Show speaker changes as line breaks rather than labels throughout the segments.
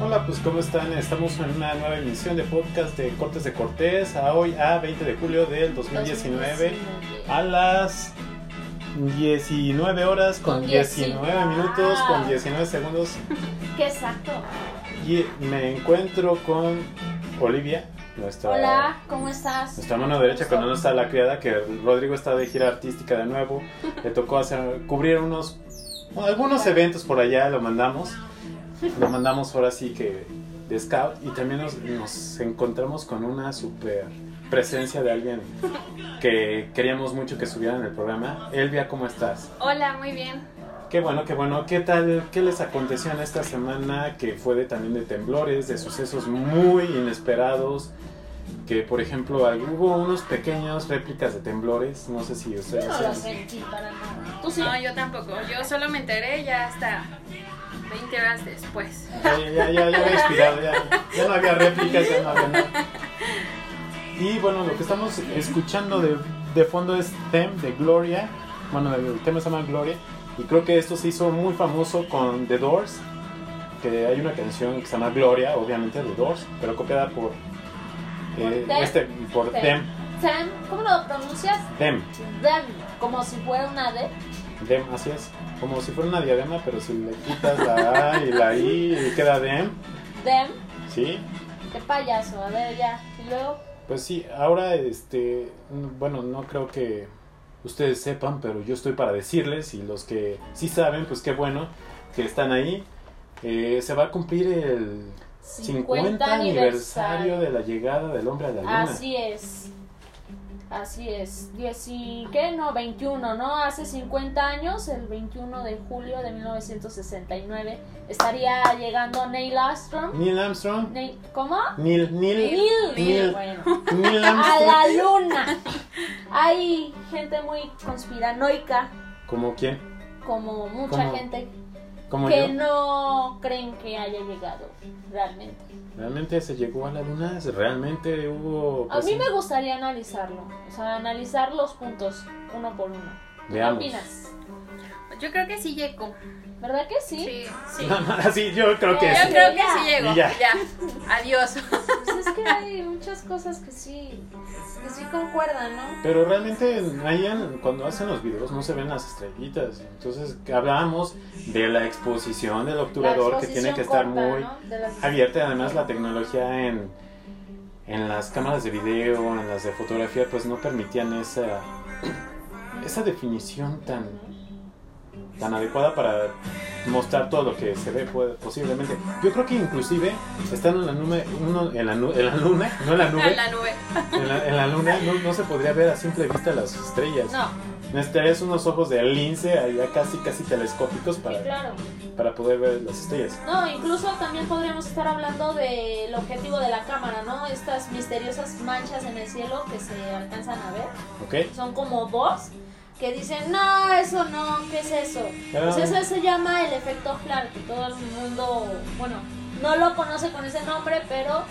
Hola, pues ¿cómo están? Estamos en una nueva emisión de podcast de Cortes de Cortés, a hoy a 20 de julio del 2019 a las 19 horas con,
Con
19,
19
minutos, con 19 segundos
Qué exacto.
y me encuentro con Olivia, nuestra,
Hola, ¿cómo estás?
nuestra mano derecha cuando no está la criada, que Rodrigo está de gira artística de nuevo, le tocó hacer, cubrir unos, algunos eventos por allá, lo mandamos. Lo mandamos ahora sí que de scout y también nos, nos encontramos con una super presencia de alguien que queríamos mucho que subiera en el programa. Elvia, ¿cómo estás?
Hola, muy bien.
Qué bueno, qué bueno. ¿Qué tal? ¿Qué les aconteció en esta semana que fue de, también de temblores, de sucesos muy inesperados? Que por ejemplo al- hubo unos pequeños réplicas de temblores, no sé si ustedes...
No
saben.
lo sentí para nada. ¿Tú sí?
No, yo tampoco. Yo solo me enteré ya hasta 20 horas después.
Ya, ya, ya, ya había expirado, ya, ya no había réplicas, ya no había nada. Y bueno, lo que estamos escuchando de, de fondo es Them de Gloria. Bueno, el tema se llama Gloria. Y creo que esto se hizo muy famoso con The Doors. Que hay una canción que se llama Gloria, obviamente The Doors, pero copiada por. eh,
Por Them.
este, por
Them.
Them.
Sam, ¿cómo lo pronuncias?
Them.
Dan, como si fuera una D.
Them, así es. Como si fuera una diadema, pero si le quitas la A y la I, queda Them.
Dem,
¿Sí?
qué payaso. A ver, ya. Y luego,
Pues sí, ahora este, n- bueno, no creo que ustedes sepan, pero yo estoy para decirles y los que sí saben, pues qué bueno que están ahí. Eh, se va a cumplir el 50, aniversario de la llegada del hombre a la luna.
Así es. Así es. Dieci... ¿Qué? No, 21, ¿no? Hace 50 años, el 21 de julio de 1969, estaría llegando Neil Armstrong.
Neil Armstrong,
Neil- ¿Cómo?
Neil, Neil,
Neil.
Neil.
Bueno.
Neil
A
Armstrong.
la luna. Hay gente muy conspiranoica,
¿Como quién?
como mucha
Como
gente
Como
que
yo.
no creen que haya llegado realmente.
¿Realmente se llegó a la luna? ¿Realmente hubo... pues,
A mí
presencia?
me gustaría analizarlo, o sea, analizar los puntos uno por uno. ¿Qué
Veamos.
opinas?
Yo creo que sí llegó.
¿Verdad que sí?
Sí, sí.
No, no, sí, yo creo que
Eh,
Yo
sí.
creo que sí llegó.
Ya.
Ya. Adiós.
Pues es que hay muchas cosas que sí, que sí concuerdan, ¿no?
Pero realmente ahí en- cuando hacen los videos no se ven las estrellitas. Entonces hablábamos de la exposición del obturador que tiene que estar muy abierta. y Además la tecnología en, en las cámaras de video, en las de fotografía, pues no permitían esa, esa definición tan, tan adecuada para mostrar todo lo que se ve puede- posiblemente. Yo creo que inclusive estando en la, nube, uno, en, la, nu- en la luna, no en la nube,
En la nube.
en la, en la luna no, no se podría ver a simple vista las estrellas.
No,
Necesitarías Este, unos ojos de lince allá casi casi telescópicos
sí,
para,
claro.
para poder ver las estrellas.
No, incluso también podríamos estar hablando del objetivo de la cámara, ¿no? Estas misteriosas manchas en el cielo que se alcanzan a ver.
¿Ok?
Son como dos que dicen, no, eso no, ¿qué es eso?
Ah.
Pues eso se llama el efecto Clark, que todo el mundo, bueno, no lo conoce con ese nombre, pero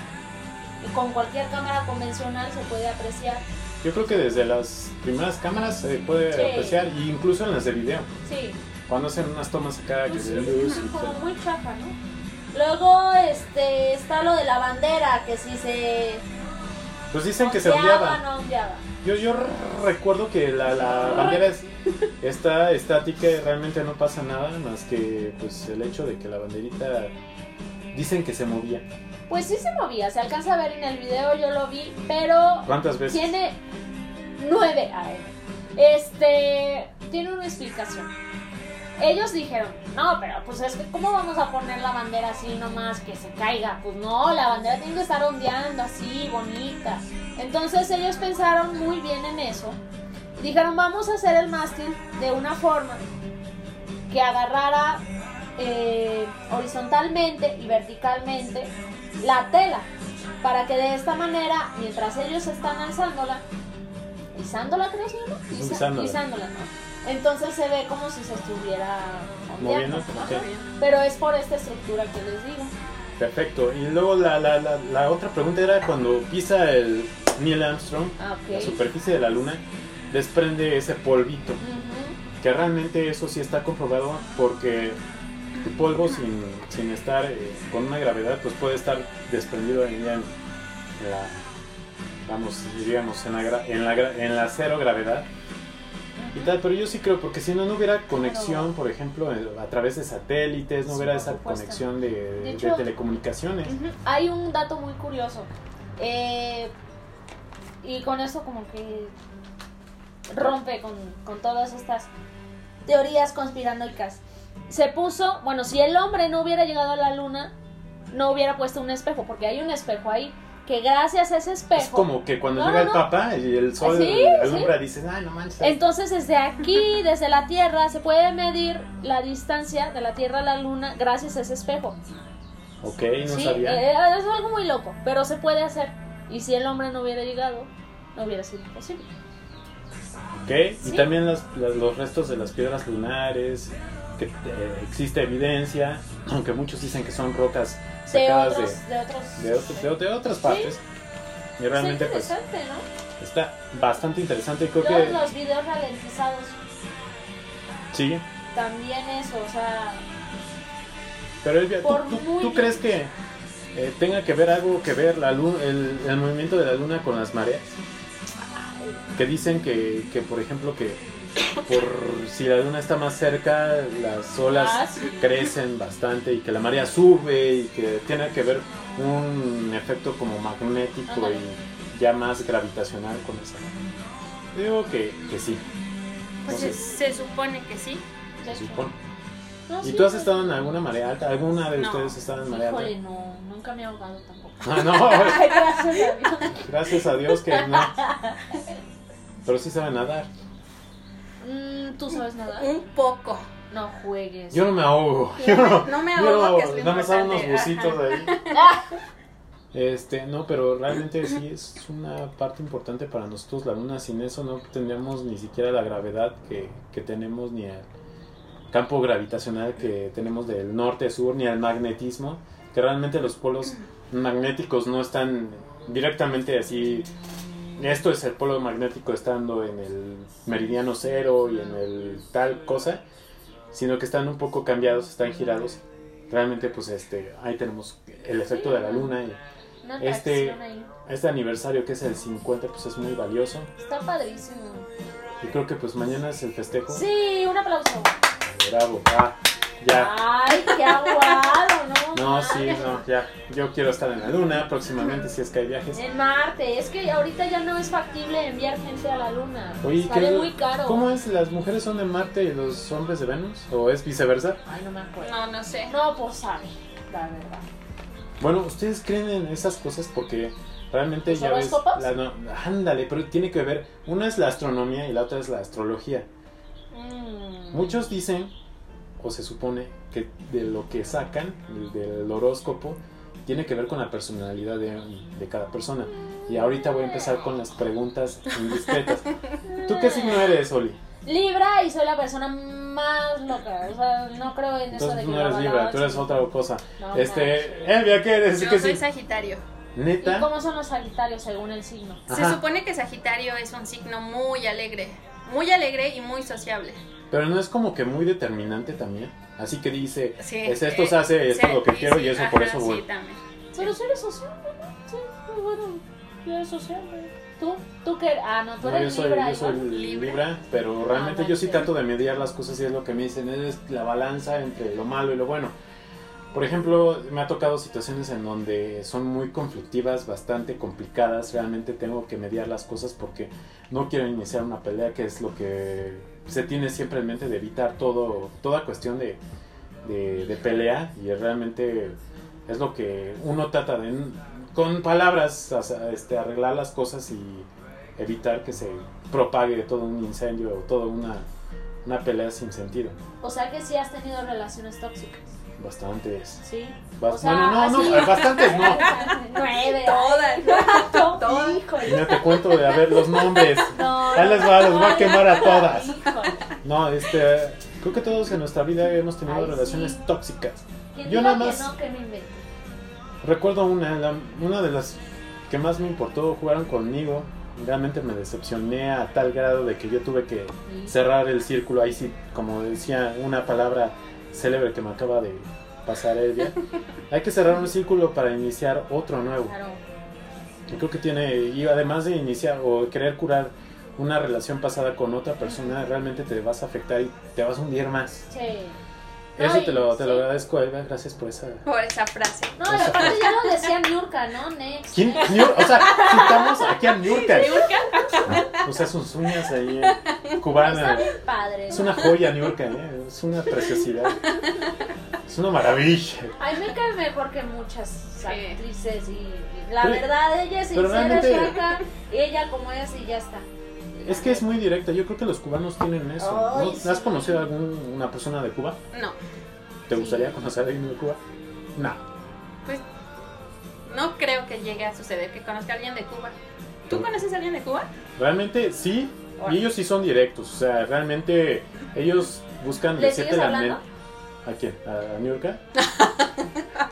con cualquier cámara convencional se puede apreciar.
Yo creo que desde las primeras cámaras se puede
Sí.
apreciar, y incluso en las de video.
Sí,
Cuando hacen unas tomas acá que
pues
se
sí,
luz y
como
tal.
muy chafa, ¿no? Luego este, está lo de la bandera, que si se...
Pues dicen que se
ondeaba,
odiaba.
no ondeaba.
Yo, yo recuerdo que la, la bandera es- está estática y realmente no pasa nada más que pues el hecho de que la banderita dicen que se movía.
Pues sí se movía, se alcanza a ver en el video, yo lo vi, pero
¿Cuántas veces?
tiene nueve a él. Este tiene una explicación. Ellos dijeron, no, pero pues es que cómo vamos a poner la bandera así nomás que se caiga. Pues no, la bandera tiene que estar ondeando así, bonita. Entonces ellos pensaron muy bien en eso. Y dijeron, vamos a hacer el mástil de una forma que agarrara eh, horizontalmente y verticalmente la tela para que de esta manera, mientras ellos están alzándola, izándola, creo que no? Iza-
Izándola.
izándola, ¿no? Entonces se ve como si se estuviera
Moviendo,
ondeando, ¿no?
ok.
Pero es por esta estructura que les digo.
Perfecto. Y luego la, la, la, la otra pregunta era cuando pisa el Neil Armstrong
Ah,
la
ok.
superficie de la luna, desprende ese polvito.
Ujú.
Que realmente eso sí está comprobado porque tu polvo sin, sin estar eh, con una gravedad, pues puede estar desprendido ahí en la, vamos, diríamos, en la, gra- en la, gra- en la cero gravedad y tal, pero yo sí creo, porque si no, no hubiera conexión, por ejemplo, eh, a través de satélites, no
Sí,
hubiera
por
esa
supuesto.
conexión de, de
hecho-
telecomunicaciones.
Ujú. Hay un dato muy curioso. Eh, y con eso como que rompe con, con todas estas teorías conspiranoicas. Se puso, bueno, si el hombre no hubiera llegado a la luna, no hubiera puesto un espejo, porque hay un espejo ahí que gracias a ese espejo...
Es como que cuando
No,
llega
no,
el
no.
papá y el sol
Sí,
alumbra, dices, ah, no manches.
Entonces desde aquí, desde la Tierra, se puede medir la distancia de la Tierra a la Luna gracias a ese espejo.
ok, no
Sí,
sabía.
eh, es algo muy loco, pero se puede hacer. Y si el hombre no hubiera llegado, no hubiera sido posible.
Ok, y
Sí.
también las- las- los restos de las piedras lunares, que eh, existe evidencia, aunque muchos dicen que son rocas
De
sacadas de,
otros, de otros.
de otro- de otro- de otras partes. Y
Está
realmente pues
interesante, ¿no?
está bastante interesante y creo
Todos
que
los videos ralentizados,
sí.
también eso, o sea,
Pero Elvia, ¿tú,
Por
tú-
muy
tú
bien.
crees que eh, tenga que ver algo que ver la lu- el, el movimiento de la luna con las mareas? Que dicen que, que, por ejemplo, que por si la luna está más cerca, las olas
Ah, sí.
crecen bastante y que la marea sube y que tiene que ver un efecto como magnético
Ándale.
y ya más gravitacional con esa. Digo que, que sí.
Pues
No
se, se supone que sí.
de
se
hecho.
supone.
No,
¿Y
sí,
tú has
pues,
estado en alguna marea alta? ¿Alguna de
No.
ustedes ha estado en marea alta?
Híjole, no, nunca me he ahogado tampoco.
Ah, no.
Ay, gracias a Dios.
Gracias a Dios que no. Pero sí sabe nadar.
Mm, ¿Tú sabes nadar?
Un poco.
No juegues.
Yo no me ahogo. Yo no,
No me
yo no
ahogo, que es lo
Nada más hago unos
importante,
bucitos
ajá.
ahí. Este, no, pero realmente sí es una parte importante para nosotros la luna. Sin eso no tendríamos ni siquiera la gravedad que, que tenemos, ni el campo gravitacional que tenemos del norte-sur, ni el magnetismo. Que realmente los polos magnéticos no están directamente así. Esto es el polo magnético estando en el meridiano cero y en el tal cosa, sino que están un poco cambiados, están girados. Realmente, pues este, ahí tenemos el efecto de la luna y
Una
Este-
atracción ahí.
este aniversario que es el 50 pues es muy valioso
Está padrísimo.
y creo que pues mañana es el festejo.
Sí, un aplauso.
Bravo, ah, ya.
Ay, qué aguado, ¿no?
No, sí,
Madre.
no, ya. Yo quiero estar en la luna próximamente si es que hay viajes.
En Marte, es que ahorita ya no es factible enviar gente a la luna.
Oye, ¿y
Sale
qué-
muy caro.
¿Cómo es? ¿Las mujeres son de Marte y los hombres de Venus? ¿O es viceversa?
Ay, no me acuerdo.
Ah, No, no sé.
No, pues sabe, la verdad.
Bueno, ¿ustedes creen en esas cosas? Porque realmente
¿Los
ya ves...
horóscopos?
la no- ándale, pero tiene que ver... Una es la astronomía y la otra es la astrología.
Mm.
Muchos dicen, o se supone, que de lo que sacan, el del horóscopo, tiene que ver con la personalidad de, de cada persona. Y ahorita voy a empezar con las preguntas indiscretas. ¿Tú qué signo eres, Oli?
Libra y soy la persona más loca. O sea, no creo en eso
Entonces
de que
tú no
la
eres
balada-
Libra, tú eres otra cosa.
No,
Este, Elvia, ¿qué eres?
Yo
¿Qué
soy
sí?
Sagitario.
manches. ¿Y
¿Neta?
cómo son los sagitarios según el signo?
Ajá.
Se supone que Sagitario es un signo muy alegre. Muy alegre y muy sociable.
Pero no es como que muy determinante también. Así que dice,
Sí,
es esto
eh,
se hace esto
sí,
lo que
sí,
quiero
sí,
y eso
ajá,
por eso
sí,
voy.
también.
Pero si eres social, ¿no? Sí, pues bueno, yo eres social. ¿no? ¿Tú? ¿Tú qué? Ah, no, tú
No, yo
eres
soy,
Libra.
yo soy
igual.
libra,
Libra.
pero realmente
Ah,
yo sí
ok.
trato de mediar las cosas y es lo que me dicen, es la balanza entre lo malo y lo bueno. Por ejemplo, me ha tocado situaciones en donde son muy conflictivas, bastante complicadas, realmente tengo que mediar las cosas porque no quiero iniciar una pelea, que es lo que se tiene siempre en mente de evitar todo, toda cuestión de, de, de pelea y realmente es lo que uno trata de con palabras o sea, este, arreglar las cosas y evitar que se propague todo un incendio o toda una, una pelea sin sentido.
O sea que sí has tenido relaciones tóxicas.
Bastantes.
Sí.
Bas-
O sea,
bueno, no, no,
así-
bastantes no.
Nueve.
Todas.
Todo.
Todas.
Y
Híjole.
no te cuento de a ver los nombres.
No,
Ahí les va, las voy a quemar a todas.
Híjole.
No, este, creo que todos en nuestra vida hemos tenido
Ay,
relaciones
sí.
tóxicas.
Quien
Yo
diga
nada
que
más-
no, que me invente.
Recuerdo una, la- una de las que más me importó, jugaron conmigo. Realmente me decepcioné a tal grado de que yo tuve que cerrar el círculo. Ahí sí, como decía una palabra, célebre que me acaba de pasar el día. Hay que cerrar un círculo para iniciar otro nuevo.
Claro.
Yo creo que tiene, y además de iniciar o querer curar una relación pasada con otra persona, realmente te vas a afectar y te vas a hundir más.
Sí.
Eso
Ay,
te lo, te lo
sí.
agradezco, Elba, gracias por esa...
Por esa frase.
No, y aparte ya lo decía Niurka, ¿no? Next.
¿Quién?
next.
Niur- o sea, citamos aquí a Niurka. O sea, sus uñas ahí, eh,
Está
cubana.
bien padre.
Es una joya Niurka, eh, es una preciosidad. Es una maravilla.
A mí me cae mejor que muchas actrices y la
Pero-
verdad ella es
pero
sincera, es
realmente-
franca, y ella como es y ya está.
Es que es muy directa, yo creo que los cubanos tienen eso.
Ay,
¿no?
sí.
¿Has conocido a alguna persona de Cuba?
No,
¿Te
Sí.
gustaría conocer a alguien de Cuba? No.
pues no creo que llegue a suceder que conozca a alguien de Cuba. ¿Tú conoces a alguien de Cuba?
Realmente sí, y
Órale.
ellos sí son directos, o sea, realmente ellos buscan
¿Le
decirte
sigues
la
hablando?
neta. ¿A quién? ¿A, a Niurka?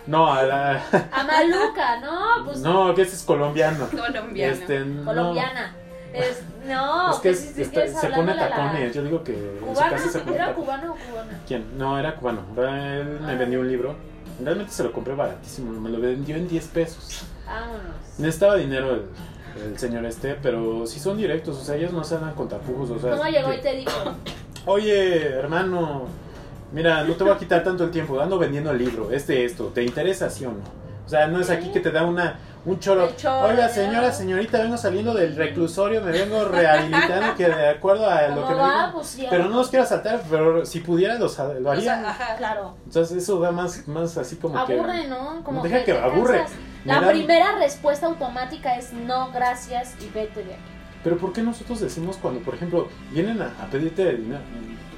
No, a la...
A Maluca, ¿no? Pues
No, que ese es colombiano.
Colombiano.
Este, no.
colombiana. Es, no,
Es que
pues,
es-
si
está-
sigues
se pone
hablándole a la-
tacones, yo digo que en su
¿Cubana?
casa se pone
¿Era
tacones.
cubano o cubana?
¿Quién? No, era cubano. Él me
Ah.
vendió un libro. Realmente se lo compré baratísimo, me lo vendió en 10 pesos.
Vámonos.
Necesitaba dinero el, el señor este, pero si son directos, o sea, ellos no se dan con tapujos, o sea...
¿Cómo llegó
que-
y te dijo?
Oye, hermano, mira, no te voy a quitar tanto el tiempo, ando vendiendo el libro, este, esto, ¿te interesa sí o no? O sea, no es aquí que te da una, un choro.
El choro,
Oiga,
¿no?
señora, señorita, vengo saliendo del reclusorio, me vengo rehabilitando, que de acuerdo a lo que
¿Cómo
me
va?
digan.
Pues ya.
Pero no los quiero saltar, pero si pudiera los, lo
O sea,
haría.
ajá.
Claro.
Entonces eso da más, más así como
Aburre,
que...
¿no? Como
Deja que
te
aburre.
cansas.
Me
La
da-
primera respuesta automática es no, gracias y vete de aquí.
Pero ¿por qué nosotros decimos cuando, por ejemplo, vienen a, a pedirte dinero?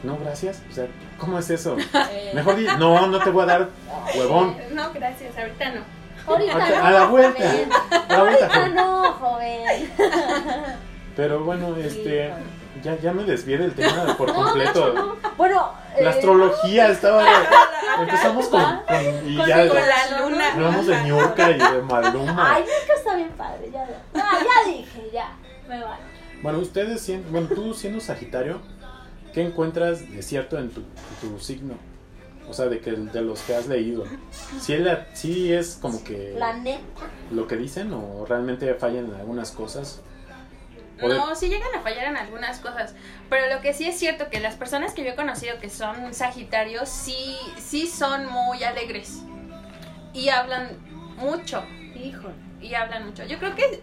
No, gracias. O sea, ¿cómo es eso?
Eh,
Mejor di, no, no te voy a dar, huevón.
No, gracias, ahorita no.
Ahorita
Ok,
no,
a la vuelta.
joven.
La vuelta.
Ahorita no, joven.
Pero bueno, este,
Híjole.
ya, ya me desvié del tema por
No, de
completo.
hecho, no. Bueno,
La
eh,
astrología estaba. Empezamos con,
va.
con- y
Con
ya
Nicolás.
la luna.
hablamos de Niurka y de Maluma.
Ay, es que está bien padre, ya. ya. Ah, ya dije, ya. Me va.
Bueno, ustedes, sien- bueno, tú siendo Sagitario, ¿qué encuentras de cierto en tu, en tu signo? O sea, de que de los que has leído. ¿Sí, es la- sí es como que
La neta.
lo que dicen o realmente fallan en algunas cosas? O de-
No, sí llegan a fallar en algunas cosas, pero lo que sí es cierto que las personas que yo he conocido que son sagitarios sí sí son muy alegres y hablan mucho
Híjole.
y hablan mucho. Yo creo que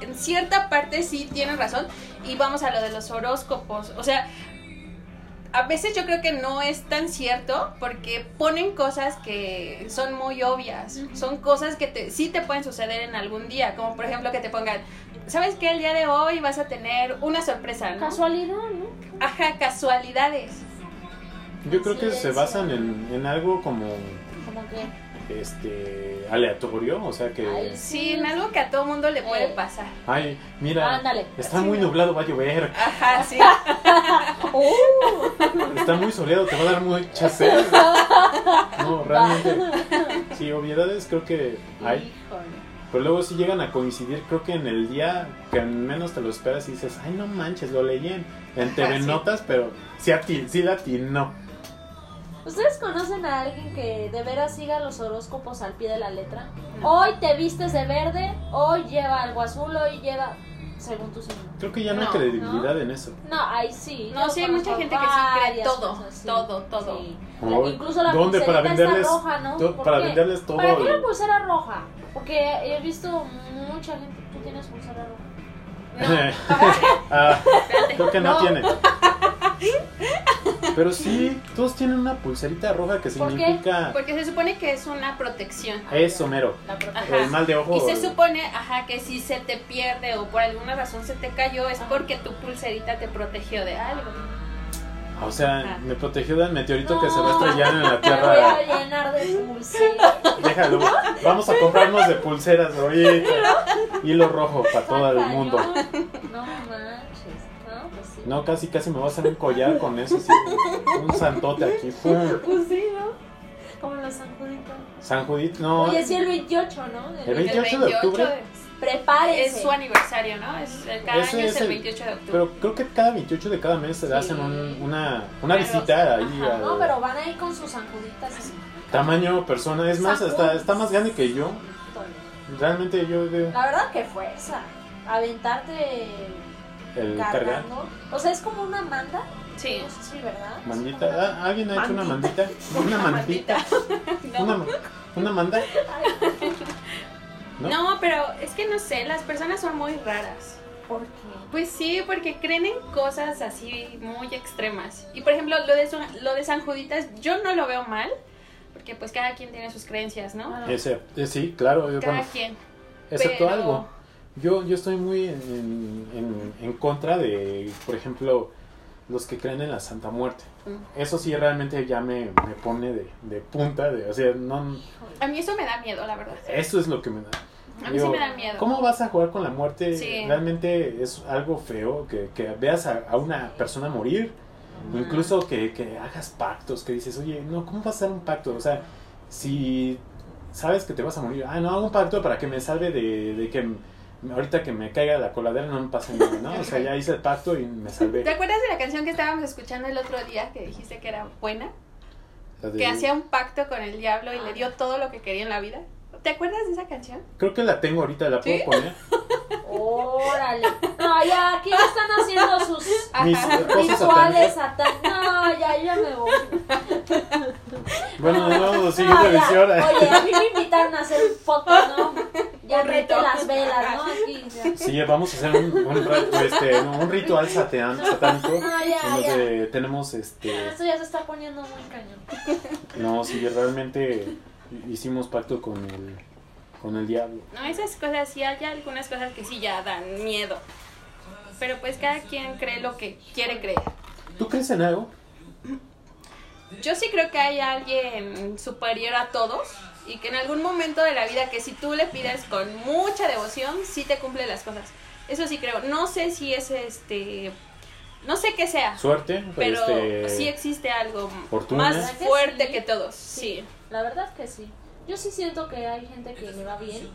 en cierta parte sí tienen razón y vamos a lo de los horóscopos, o sea, a veces yo creo que no es tan cierto porque ponen cosas que son muy obvias, son cosas que te, sí te pueden suceder en algún día, como por ejemplo que te pongan, ¿sabes qué? El día de hoy vas a tener una sorpresa, ¿no?
Casualidad, ¿no?
Ajá, casualidades.
yo creo
sí
que se
es,
basan
sí.
en, en algo como
Como que.
este aleatorio, o sea que
Ay,
Sí, en algo que a todo mundo le puede
Eh.
pasar.
ay, mira,
Ándale.
está
Sí,
muy
no.
nublado, va a llover,
Ajá, sí.
Uh,
está muy soleado, te va a dar mucha sed. No, realmente. Sí, obviedades creo que hay,
híjole.
pero luego si llegan a coincidir, creo que en el día que menos te lo esperas y dices, "Ay, no manches, lo leí en, en TV
Ah, sí.
Notas, pero sí a ti, sí a ti no."
¿Ustedes conocen a alguien que de veras siga los horóscopos al pie de la letra?
No.
Hoy te vistes de verde, hoy lleva algo azul, hoy lleva. según tu signo.
Creo que ya no,
No,
hay credibilidad en eso.
No, ahí sí.
No,
yo
sí, hay mucha
conozco
gente que sí cree
varias
todo, todo, todo.
sí.
Ay,
Incluso la
¿Dónde para
pulserita está
venderles
roja, ¿no?
to-
¿Por
para
qué?
venderles todo?
¿Para qué la
el-
pulsera roja? Porque he visto mucha gente. Tú tienes pulsera roja.
No,
Ah,
espérate.
Creo que no,
No.
tiene. Pero sí, todos tienen una pulserita roja que
¿Por qué?
significa
Porque se supone que es una protección.
eso mero,
La propia.
Ajá.
el mal de ojo.
Y se
el-
supone, ajá, que si se te pierde o por alguna razón se te cayó es
Ajá.
porque tu pulserita te protegió de algo.
O sea,
Ah.
me protegió del meteorito que se va a
No.
estrellar en la
Me voy a
tierra.
llenar de pulsera.
Déjalo, vamos a comprarnos de pulseras ahorita. Hilo rojo para todo el mundo.
No manches. No, pues sí.
No, casi, casi me voy a hacer un collar con eso, sí, un santote aquí. ¡pum!
Pues sí, ¿no? Como los sanjuditos.
San Judito, no.
Oye, sí, el 28, ¿no?
El 28 de octubre.
Prepárense.
Es su aniversario, ¿no? Es, el- cada
Ese
año
es
es el
el-
28 de octubre.
Pero creo que cada 28 de cada mes se le
Sí.
hacen un- una, una
Pero-
visita ahí
Ajá,
al
no, pero van a ir con sus zancuditas. así,
tamaño persona. Es más,
Sacó.
hasta, está más grande que yo.
todo.
Realmente yo de-
La verdad que fuerza. Aventarte
el cargar.
cargando. O sea, es como una manda.
Sí.
No sé si, ¿verdad? Es
Mandita.
como una-
Ah, ¿Alguien ha hecho una mandita? Una mandita.
No.
Una, ma- una manda. ¿no?
No, pero es que no sé, las personas son muy raras.
¿Por qué?
Pues sí, porque creen en cosas así muy extremas. Y por ejemplo, lo de, su- lo de San Juditas, yo no lo veo mal, porque pues cada quien tiene sus creencias, ¿no?
Ah,
Ese, eh, sí, claro. yo-
Cada
bueno,
quien.
excepto
pero-
algo. Yo, yo estoy muy en, en- en contra de, por ejemplo, los que creen en la Santa Muerte.
Mm.
Eso sí realmente ya me, me pone de, de punta, de, o sea, no,
A mí eso me da miedo, la verdad.
eso es lo que me da.
A mí sí me da miedo.
¿Cómo vas a jugar con la muerte?
Sí.
Realmente es algo feo que, que veas a, a una persona morir,
Ujú.
incluso que, que hagas pactos, que dices, oye, no, ¿cómo vas a hacer un pacto? O sea, si sabes que te vas a morir, ah, no, hago un pacto para que me salve de, de que m- ahorita que me caiga la coladera no me pase nada, ¿no? O sea, ya hice el pacto y me
¿Te
salvé.
acuerdas de la canción que estábamos escuchando el otro día que dijiste que era buena?
La de-
Que hacía un pacto con el diablo y le dio todo lo que quería en la vida. ¿Te acuerdas de esa canción?
Creo que la tengo ahorita, la puedo
¿Sí?
poner.
Órale. No, ya, aquí ya están haciendo sus
Mis
Ajá.
cosas
rituales
satánicas.
satánicos. No, ya, yo me voy.
Bueno, nos vemos la
No,
siguiente
ya.
edición.
Oye, a mí me invitaron a hacer un podcast, ¿no? Ya
Un
mete
rito.
las velas, ¿no? Aquí, ya.
Sí, vamos a hacer un, un ra- este, no, un ritual satean- satánico
No, Ah, ya,
en
ya.
donde tenemos este.
Esto ya se está poniendo muy cañón.
No, sí, realmente hicimos pacto con el, con el diablo.
No, esas cosas sí, hay algunas cosas que sí ya dan miedo. Pero pues cada quien cree lo que quiere creer.
Mm.
¿Tú crees en algo?
Yo sí creo que hay alguien superior a todos y que en algún momento de la vida que si tú le pides con mucha devoción, sí te cumple las cosas. Eso sí creo. No sé si es este... No sé qué sea,
Suerte,
pero
este,
sí existe algo
fortuna.
más
¿Verdad que
fuerte
sí?
que todos. Sí.
La verdad que sí. Yo sí siento que hay gente que le va bien.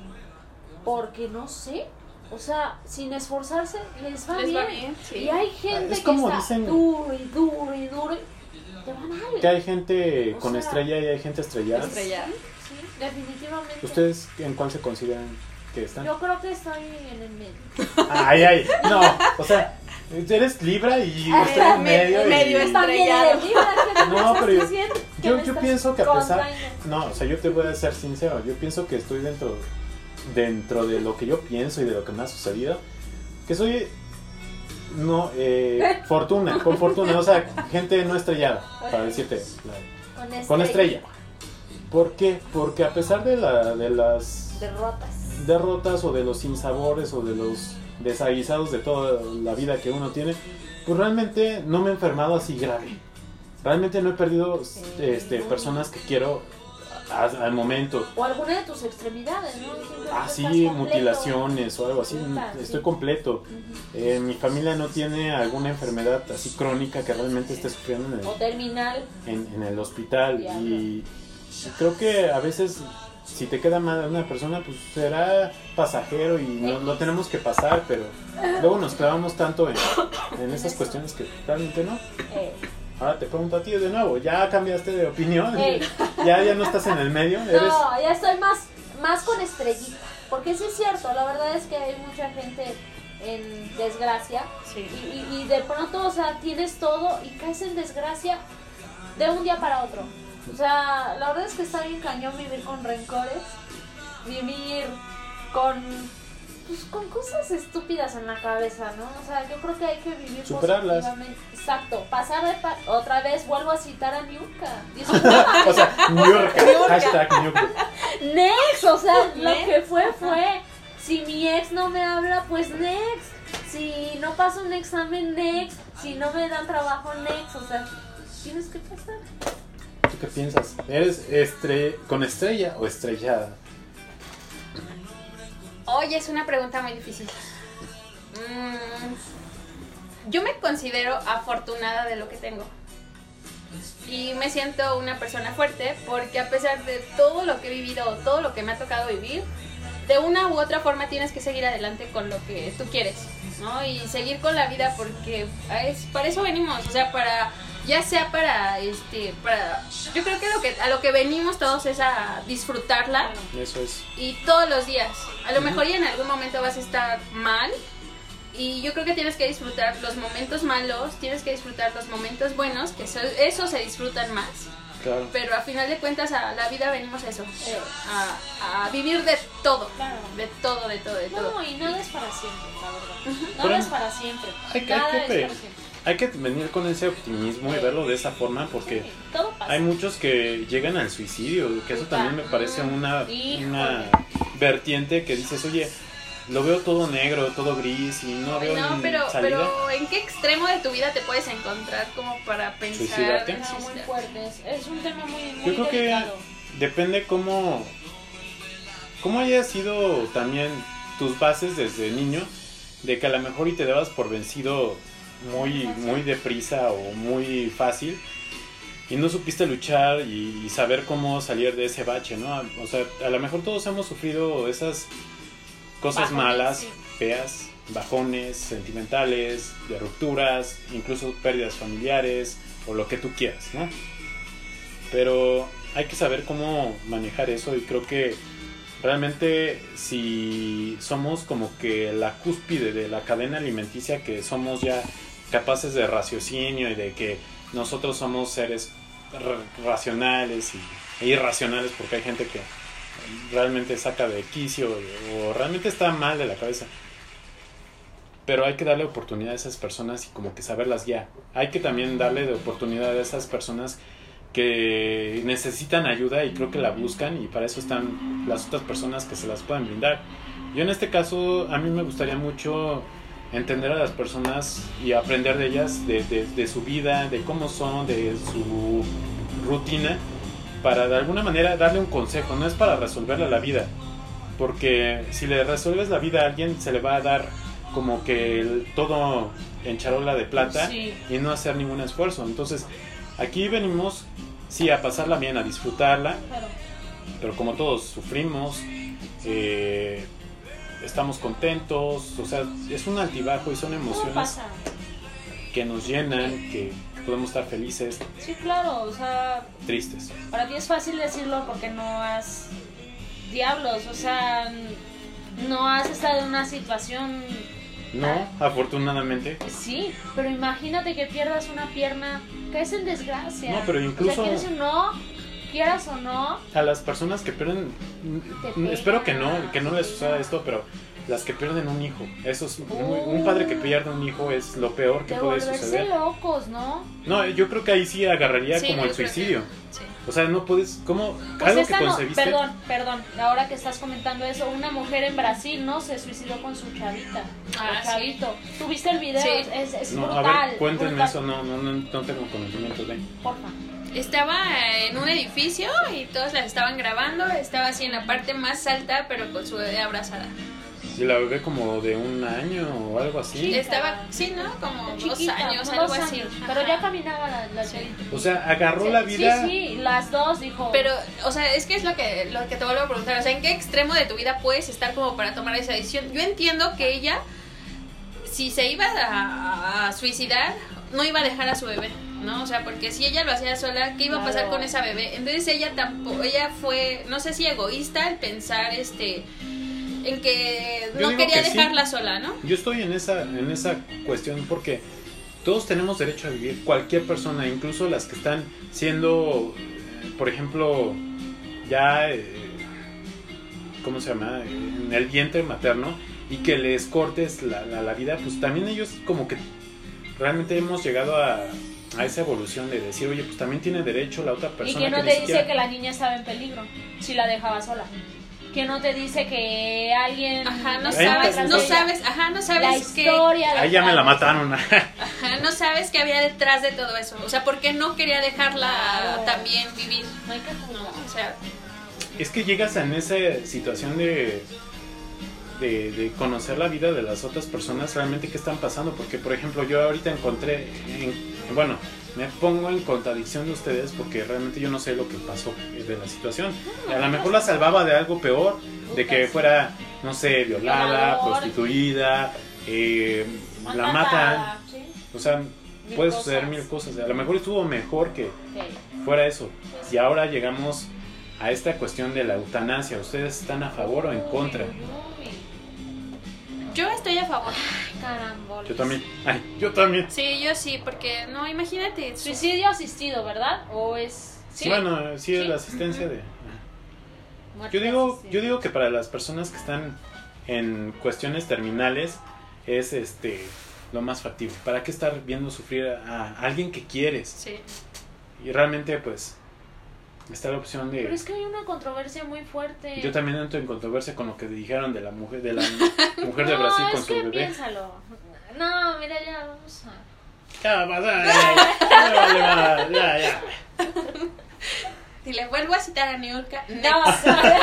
Porque no sé. O sea, sin esforzarse, les va
¿Les
bien.
va bien? Sí.
Ah, Y hay gente
Es
que
como
está
dicen-
duro y duro y duro. y Te va mal.
que hay gente
O
con
sea,
estrella y hay gente estrellada.
Estrellada.
Sí, definitivamente.
¿Ustedes en cuál se consideran que están?
Yo creo que estoy en el medio.
Ay, ay, no, o sea, eres libra y
Ah,
estás en
me-
medio. y-
medio
Está bien en el
Estrellado.
libro, ¿qué me
No,
estás
pero yo-
diciendo? ¿Qué
yo-
me
yo
estás
pienso que a pesar-
contando?
No, o sea, yo te voy a ser sincero. Yo pienso que estoy dentro, dentro de lo que yo pienso y de lo que me ha sucedido. Que soy. No, eh, fortuna, con fortuna. O sea, gente no estrellada, para decirte. la-
Con
Con estrella. ¿Por qué? Porque a pesar de, la, de las
Derrotas.
derrotas o de los sinsabores o de los desaguisados de toda la vida que uno tiene, pues realmente no me he enfermado así grave. Realmente no he perdido este, personas que quiero a- al momento.
O alguna de tus extremidades, ¿no? Siempre estás
Así,
completo.
Ah, mutilaciones o algo así, mm,
Puta,
estoy
sí.
completo.
Ujú.
Eh, mi familia no tiene alguna enfermedad así crónica que realmente esté sufriendo en el,
O terminal.
en, en el hospital y, y creo que a veces si te queda mal una persona pues será pasajero y no, lo tenemos que pasar pero luego nos clavamos tanto en, en esas
eso.
cuestiones que realmente no
eh,
ahora te pregunto a ti de nuevo ya cambiaste de opinión
Ey.
ya ya no estás en el medio eres
No, ya estoy más, más con estrellita. Porque sí es cierto, la verdad es que hay mucha gente en desgracia.
Sí.
Y, y- y de pronto, o sea, tienes todo y caes en desgracia de un día para otro. O sea, la verdad es que está bien cañón vivir con rencores, vivir con, pues, con cosas estúpidas en la cabeza, ¿no? O sea, yo creo que hay que vivir
Superarlas.
positivamente. Exacto. Pasar de pa- otra vez, vuelvo a citar a Niuka.
o sea New York, hashtag New York.
Next, o sea, lo
Next.
que fue fue. Si mi ex no me habla, pues next. Si no paso un examen, next. Si no me dan trabajo, next. O sea, tienes que pasar.
¿Tú qué piensas? ¿Eres estre con estrella o estrellada?
Oye, es una pregunta muy difícil. Mm, yo me considero afortunada de lo que tengo. Y me siento una persona fuerte porque a pesar de todo lo que he vivido, todo lo que me ha tocado vivir, de una u otra forma tienes que seguir adelante con lo que tú quieres, ¿no? Y seguir con la vida porque es, para eso venimos, o sea, para ya sea para este para yo creo que, lo que a lo que venimos todos es a disfrutarla
Eso es.
y todos los días. A lo
Ujú.
mejor y en algún momento vas a estar mal y yo creo que tienes que disfrutar los momentos malos, tienes que disfrutar los momentos buenos, que eso, eso se disfrutan más.
Claro.
Pero a final de cuentas a la vida venimos a eso,
Eh,
a, a vivir de todo,
claro.
de todo, de todo, de todo.
No, y nada es para siempre, la verdad.
Pero-
Nada es para siempre.
Hay que- hay
Nada
que
es para
pe-
siempre.
Hay que venir con ese optimismo y verlo de esa forma porque
Sí, todo pasa.
hay muchos que llegan al suicidio, que eso
Puta,
también me parece
mm,
una,
híjole.
una vertiente que dices, oye, lo veo todo negro, todo gris y no
Ay,
veo
No,
ni
pero,
salida.
pero ¿en qué extremo de tu vida te puedes encontrar como para pensar
¿Suicidarte?
en
No, muy
suicidarte?
fuerte. Es, es un tema muy, muy
Yo creo que
delicado.
depende cómo, cómo haya sido también tus bases desde niño, de que a lo mejor y te dabas por vencido muy, muy deprisa o muy fácil. Y no supiste luchar y, y saber cómo salir de ese bache, ¿no? A- O sea, a lo mejor todos hemos sufrido esas cosas
Bajones,
malas,
sí.
feas, bajones, sentimentales, de rupturas, incluso pérdidas familiares o lo que tú quieras, ¿no? Pero hay que saber cómo manejar eso y creo que realmente si somos como que la cúspide de la cadena alimenticia que somos ya capaces de raciocinio y de que nosotros somos seres r- racionales y, e irracionales porque hay gente que realmente saca de quicio o realmente está mal de la cabeza. Pero hay que darle oportunidad a esas personas y como que saberlas guiar. Hay que también darle de oportunidad a esas personas que necesitan ayuda y creo que la buscan y para eso están las otras personas que se las pueden brindar. Yo en este caso a mí me gustaría mucho entender a las personas y aprender de ellas, de, de- de su vida, de cómo son, de su rutina, para de alguna manera darle un consejo, no es para resolverle la vida, porque si le resuelves la vida a alguien se le va a dar como que el- todo en charola de plata
Sí.
y no hacer ningún esfuerzo. Entonces, aquí venimos, sí, a pasarla bien, a disfrutarla,
Claro.
pero como todos sufrimos, eh, estamos contentos, o sea, es un altibajo y son
Todo
emociones
pasa.
que nos llenan, que podemos estar felices,
Sí, claro. O sea,
tristes.
para ti es fácil decirlo porque no has. Diablos, o sea, n- no has estado en una situación.
No, afortunadamente.
Sí, pero imagínate que pierdas una pierna, caes en desgracia.
No, pero incluso-
O sea, quieres o no, quieras o no,
A las personas que pierden,
Te
mm, espero que no,
pega,
que no
te
les suceda
pega.
esto, pero las que pierden un hijo, eso es muy-
Uh.
un padre que pierde un hijo es lo peor que
de
puede
volverse
suceder.
locos, ¿no?
No, yo creo que ahí sí agarraría
Sí,
como
yo
el
creo que-
suicidio.
sí.
O sea, no puedes. ¿Cómo?
Pues
algo que
esta no,
concebiste.
perdón, perdón, ahora que estás comentando eso, una mujer en Brasil, ¿no? Se suicidó con su chavita.
Ah,
o chavito. ¿Tuviste el video?
Sí.
Es, es
no,
brutal.
a ver, cuéntenme
brutal.
eso. No, no, no, no tengo conocimiento de.
Porfa.
Estaba en un edificio y todos la estaban grabando, estaba así en la parte más alta pero con su bebé abrazada.
Y la bebé como de un año o algo así.
Sí.
Estaba, sí, ¿no? Como dos
Chiquita,
años,
como
algo
dos
así.
años,
Ajá.
Pero ya caminaba la, la chavita.
O sea, agarró la
Sí,
vida.
Sí, sí, las dos, dijo.
Pero, o sea, es que es lo que, lo que te vuelvo a preguntar. O sea, ¿en qué extremo de tu vida puedes estar como para tomar esa decisión? Yo entiendo que ella, si se iba a, a suicidar, no iba a dejar a su bebé, ¿no? O sea, porque si ella lo hacía sola, ¿qué iba a pasar
Claro.
con esa bebé? Entonces ella tampoco, ella fue, no sé si egoísta al pensar, este, en que
Yo
no
digo
quería
que sí.
dejarla sola, ¿no?
Yo estoy en esa, en esa cuestión porque todos tenemos derecho a vivir, cualquier persona, incluso las que están siendo, eh, por ejemplo, ya, eh, ¿cómo se llama?, en el vientre materno y que les cortes la, la- la vida, pues también ellos como que realmente hemos llegado a, a esa evolución de decir, oye, pues también tiene derecho la otra
y
persona.
que no
que ni
te dice
siquiera-
que la niña estaba en peligro si la dejaba sola. Que no te dice que alguien.
Ajá, no
Ahí
sabes,
está.
tras
no
ella.
sabes, ajá, no
La
sabes que...
historia. de
Ahí ya me la
Juan.
mataron.
Ajá, no sabes qué había detrás de todo eso. O sea, ¿por qué no quería dejarla
Claro.
también vivir?
No hay que
No,
juzgar.
o sea,
Es que llegas en esa situación de, de, de conocer la vida de las otras personas realmente que están pasando. Porque, por ejemplo, yo ahorita encontré, en- bueno, me pongo en contradicción de ustedes porque realmente yo no sé lo que pasó de la situación. A lo mejor la salvaba de algo peor de que fuera, no sé, violada,
Violador.
prostituida, eh, la
Maltratada,
matan.
¿sí?
O sea,
Mil
puede suceder
cosas.
mil cosas. A lo mejor estuvo mejor que
Ok.
fuera eso.
Sí.
Y ahora llegamos a esta cuestión de la eutanasia. ¿Ustedes están a favor o en
Uy,
contra?
uy,
Yo estoy a favor.
Carambolas.
Yo también. Ay, yo también.
Sí, yo sí, porque no, imagínate. su-
Suicidio asistido, ¿verdad? ¿O es.? Sí.
Bueno, sí,
Sí.
la asistencia de...
Muerte
Yo digo,
asistida.
yo digo que para las personas que están en cuestiones terminales es este lo más factible. ¿Para qué estar viendo sufrir a a alguien que quieres?
Sí.
Y realmente, pues, está la opción
Pero
de...
es que hay una controversia muy fuerte.
Yo también entro en controversia con lo que dijeron de la mujer de la mujer de
no,
Brasil
es
con su
que
bebé.
piénsalo. No, mira, ya vamos a.
Ya, vas, ya, ya, ya, vale, va, ya, ya.
Si le vuelvo a citar a Niurka,
No, o sea,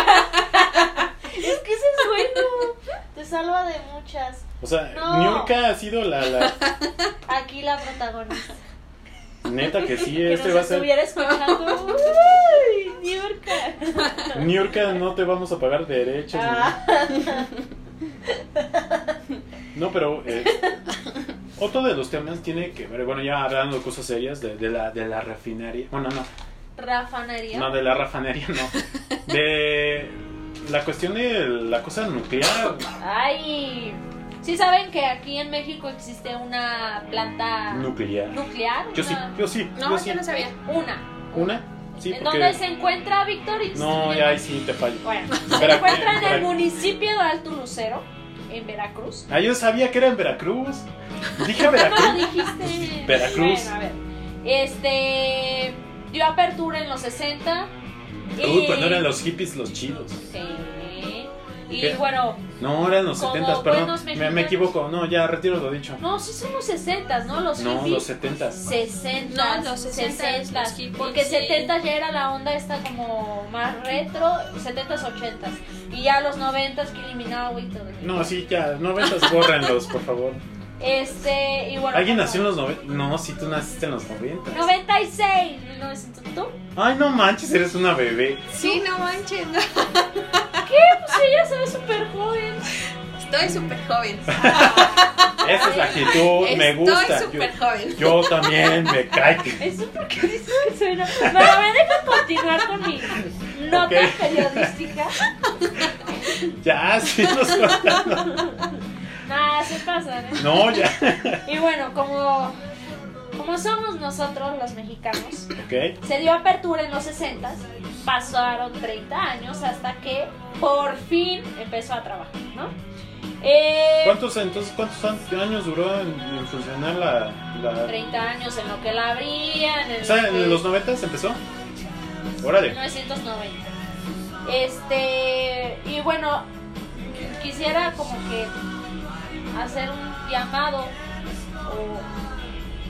es que ese es bueno. Te salva de muchas.
O sea,
No.
Niurka ha sido la, la-
Aquí la protagonista.
neta que sí,
que
este
nos
va a ser
estuviera escuchando. Uy, New
Niurka ah, no te vamos a pagar derechos. ni
Ah.
nada. No, pero eh, otro de los temas tiene que ver, bueno, ya hablando de cosas serias, de, de la, de la refinería, bueno, no,
Rafanería.
no, de la refinería, no, de la cuestión de la cosa nuclear,
Ay. Sí saben que aquí en México existe una planta
nuclear.
nuclear.
Yo sí,
Una.
yo sí,
No,
yo
yo
sí.
no sabía.
Una.
¿Una? Sí,
¿En
porque...
dónde se encuentra Víctor? Y
No, ya ahí sí te fallo.
Bueno, se
Veracruz,
encuentra en el
Veracruz.
municipio de Alto Lucero, en Veracruz.
Ah, yo sabía que era en Veracruz. Dije Veracruz.
No, dijiste.
Veracruz.
Bueno, a ver. Este. Dio apertura en los 60.
Uy, cuando eran los hippies los chidos.
Sí. Y
¿Qué?
bueno,
No, eran los
Como
70 perdón.
buenos
Me, me
mexicanos.
equivoco. No, ya retiro lo dicho.
no, sí son los 60, ¿no? Los
No,
hippies.
los 70
60.
No, los 60, los hippies,
porque
sí.
70 ya era la onda esta como más retro, 70s, 80s. Y ya los 90s que eliminaba y todo.
No, sí, ya. 90 bórrenlos, por favor.
Este, y bueno.
¿Alguien
como-
nació en los 90? No, sí, tú naciste en los 90.
96, 1900, ¿tú?
Ay, no manches, eres una bebé.
Sí, no manches. no.
Pues ella se ve súper joven.
Estoy súper joven.
Esa es la actitud, Oh, me gusta.
Estoy
Yo,
súper joven.
yo también, me cae. que-
Eso porque dices que suena. Pero a ver, deja continuar con mi nota
Ok.
periodística.
Ya, sí, nos contamos.
Nada, se pasa, ¿eh?
No, ya.
Y bueno, como, como somos nosotros los mexicanos,
Ok.
se dio apertura en los 60, pasaron 30 años hasta que por fin empezó a trabajar, ¿no? Eh,
¿Cuántos, entonces, cuántos an- años duró en, en funcionar la, la
30 años en lo que la abrían, en
O sea,
lo que-
en los 90 se empezó. Órale.
1990. Este, y bueno, quisiera como que hacer un llamado. o-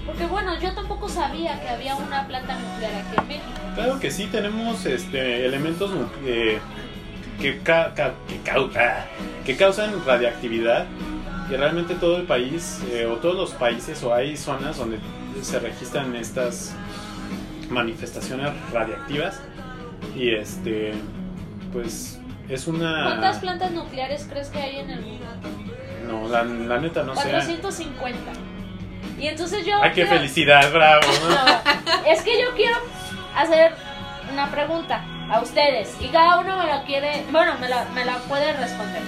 porque bueno, yo tampoco sabía que había una planta nuclear aquí en México.
Claro que sí, tenemos este, elementos nu- eh, que, ca- ca- que, cauta- que causan radiactividad. Y realmente todo el país, eh, o todos los países, o hay zonas donde se registran estas manifestaciones radiactivas. Y este, pues es una.
¿Cuántas plantas nucleares crees que hay en el mundo?
No, la, la neta no sé.
450. Y entonces yo.
¡Ay, qué
quiero-
felicidad! ¡Bravo! ¿no?
No, es que yo quiero hacer una pregunta a ustedes y cada uno me la quiere, bueno, me la, me la puede responder.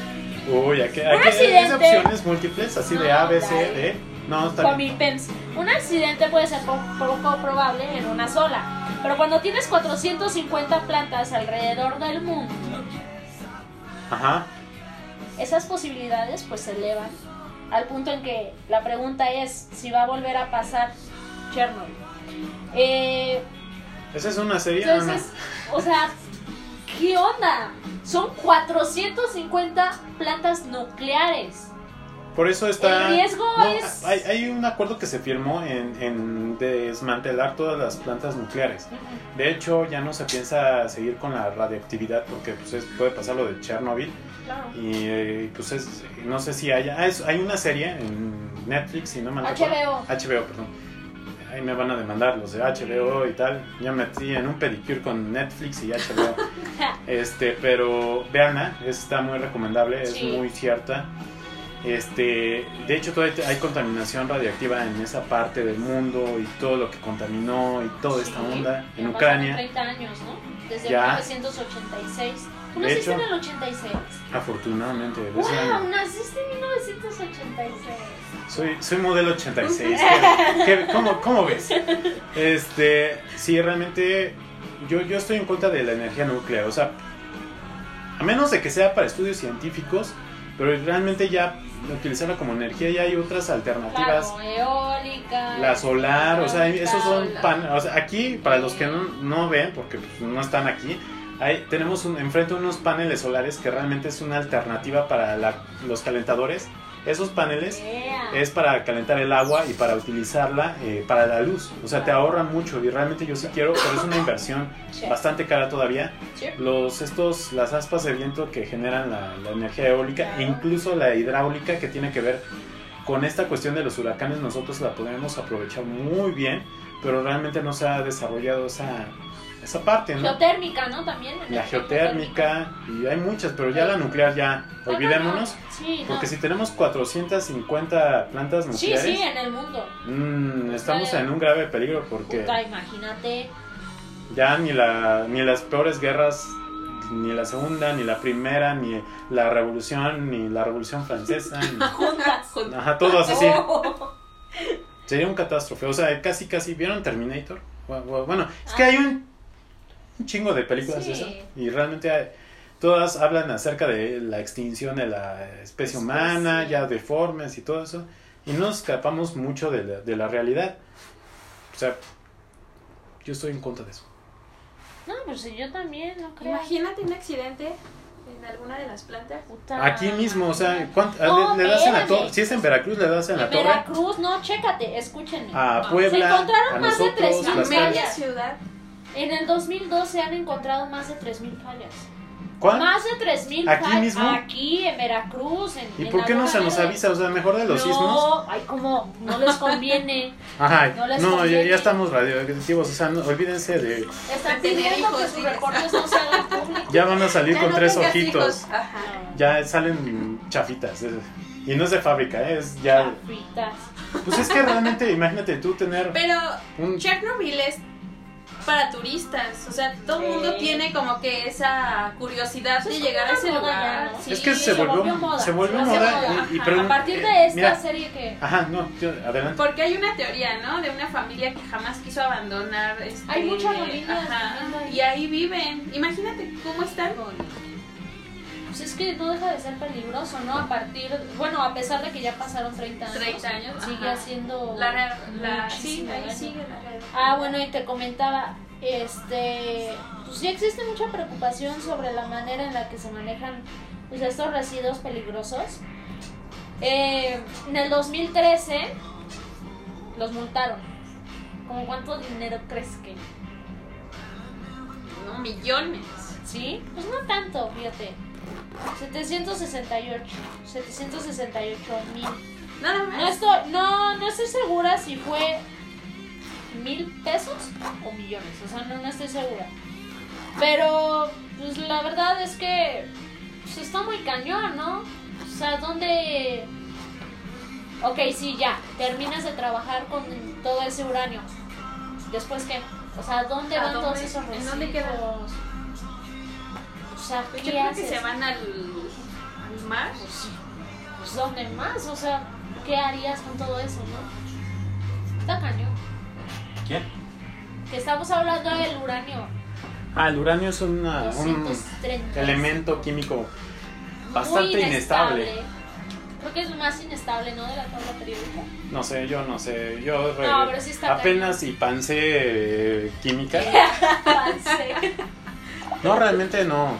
Uy, aquí, aquí hay
accidente.
opciones múltiples, así de
No,
A, B, C,
dale.
D. No, está
Con
bien.
mi PEMS. Un accidente puede ser po- poco probable en una sola, pero cuando tienes 450 plantas alrededor del mundo,
Ajá.
esas posibilidades pues se elevan al punto en que la pregunta es si va a volver a pasar Chernobyl. Eh,
Esa es una serie. Ah, no.
entonces, o sea, ¿qué onda? Son 450 plantas nucleares.
Por eso está.
el riesgo
No,
es-
Hay, hay un acuerdo que se firmó en, en desmantelar todas las plantas nucleares. De hecho, ya no se piensa seguir con la radioactividad porque pues, es- puede pasar lo de Chernobyl.
Claro.
Y eh, pues es- no sé si haya. ah, es- hay una serie en Netflix, si no me
HBO.
HBO, perdón. Ahí me van a demandar los de HBO y tal. Ya me metí en un pedicure con Netflix y HBO. Este, pero veanla, está muy recomendable, es
Sí.
muy cierta. Este, de hecho, todavía hay contaminación radioactiva en esa parte del mundo y todo lo que contaminó y toda esta
Sí,
onda
ya
en
pasaron
Ucrania.
30 años, ¿no? Desde
Ya.
1986. ¿Tú
De hecho.
naciste en el 86?
Afortunadamente, de ese año.
¡Wow! Naciste en 1986.
Soy, soy modelo 86. ¿Qué- cómo, cómo ves? Este, sí, realmente yo, yo estoy en contra de la energía nuclear. O sea, a menos de que sea para estudios científicos, pero realmente ya utilizarla como energía ya hay otras alternativas.
Claro, eólica.
La solar, o sea, hay- esos son
Solar.
pan, o sea, aquí para los que no, no ven porque pues, no están aquí, hay, tenemos un, enfrente unos paneles solares que realmente es una alternativa para la- los calentadores. Esos paneles
Yeah.
es para calentar el agua y para utilizarla eh, para la luz. O sea, te ahorra mucho y realmente yo sí quiero, pero es una inversión
Che.
bastante cara todavía.
Che.
Los estos, las aspas de viento que generan la, la energía eólica e
Claro.
incluso la hidráulica que tiene que ver con esta cuestión de los huracanes, nosotros la podemos aprovechar muy bien, pero realmente no se ha desarrollado esa, esa parte, ¿no?
Geotérmica, ¿no? También.
La geotérmica y hay muchas, pero ya la nuclear ya,
No, no, no.
olvidémonos,
Sí, no.
porque si tenemos 450 plantas
Sí,
nucleares,
sí, en el mundo.
Mm, estamos en un grave peligro porque
Puta, imagínate.
ya ni, la, ni las peores guerras, ni la segunda, ni la primera, ni la revolución, ni la revolución francesa, ni-
Juntas.
ajá, todas así.
Oh.
Sería un catástrofe, o sea, casi, casi, ¿vieron Terminator? Bu- bu- Bueno, es que hay un, un chingo de películas de
Ah. Sí.
eso y realmente hay- todas hablan acerca de la extinción de la especie
Especie.
humana, ya deformes y todo eso, y no escapamos mucho de la, de la realidad. O sea, yo estoy en contra de eso.
No, pues yo también, no creo.
Imagínate un accidente en alguna de las plantas.
Puta.
Aquí mismo, o sea, ¿cuánto-
Ah, No,
le, le das en la
espérame.
torre, si es en Veracruz, le das en la
En
torre.
Veracruz, no, chécate, escúchenme.
A
Se
Puebla,
encontraron
a
más de
nosotros,
3.000
las
Media.
calles.
Media ciudad.
En el 2002 se han encontrado más de 3.000 fallas.
¿Cuán-
Más de 3.000
¿Aquí
fallas.
mismo?
Aquí, en Veracruz. En,
¿Y
en
por qué no
alguna
se nos
área.
avisa? O sea, mejor de los
no,
sismos.
ay, como, no les conviene.
Ajá,
No
no,
les
ya,
conviene.
ya estamos radioactivos, o sea, no- olvídense de...
Están
Tener
pidiendo que
hijos,
sus
sí.
reportes no se hagan públicos. Ah,
Ya van a salir
Ya
con
no
tres
tengas
ojitos.
hijos. Ajá.
Ya salen chafitas. eh. Y no es de fábrica, eh, es ya...
Chafitas.
Pues es que realmente, imagínate tú tener
Pero
un...
Chernobyl es para turistas. O sea, todo el mundo
Sí.
tiene como que esa curiosidad
Eso
de
es
llegar a
como
ese
una moda
lugar.
ya, ¿no?
Sí.
es que se,
se
volvió,
volvió moda,
Se volvió
se volvió
moda.
moda,
y- y
ajá.
pregun-
A partir
eh,
de esta
mira,
serie que...
Ajá, no, yo- adelante.
Porque hay una teoría, ¿no? De una familia que jamás quiso abandonar. este,
Hay muchas familias viviendo ahí.
Y ahí viven. Imagínate cómo están.
Pues es que no deja de ser peligroso, ¿no? A partir, bueno, a pesar de que ya pasaron 30 años,
30 años,
sigue
ajá.
haciendo...
La, re- la, sí,
muchísimo
ahí
daño.
sigue la red.
Ah, bueno, y te comentaba, este, pues sí existe mucha preocupación sobre la manera en la que se manejan pues, estos residuos peligrosos. Eh, en el 2013 los multaron. ¿Cómo cuánto dinero crees que?
No, millones.
¿Sí? Pues no tanto, fíjate. 768, 768 mil.
Nada
No
más.
estoy, no, no estoy segura si fue mil pesos o millones, o sea, no, no estoy segura. Pero, pues la verdad es que pues, está muy cañón, ¿no? O sea, ¿dónde...? Ok, sí, ya, terminas de trabajar con todo ese uranio. ¿Después qué? O sea, ¿dónde
¿A
van
dónde?
todos esos residuos?
¿En dónde quedan?
O sea,
Pues
¿qué
yo creo que
haces?
se van al, al mar.
pues, pues, ¿dónde más? O sea, ¿qué harías con todo eso, no? Está cañón.
¿Quién?
Que estamos hablando del uranio.
Ah, el uranio es una- un
230.
elemento químico
Muy
bastante inestable.
Creo que es lo más inestable, ¿no? De la tabla periódica.
No sé, yo no sé. Yo re-
No, pero sí está
apenas y pancé eh, química.
False.
No, realmente no.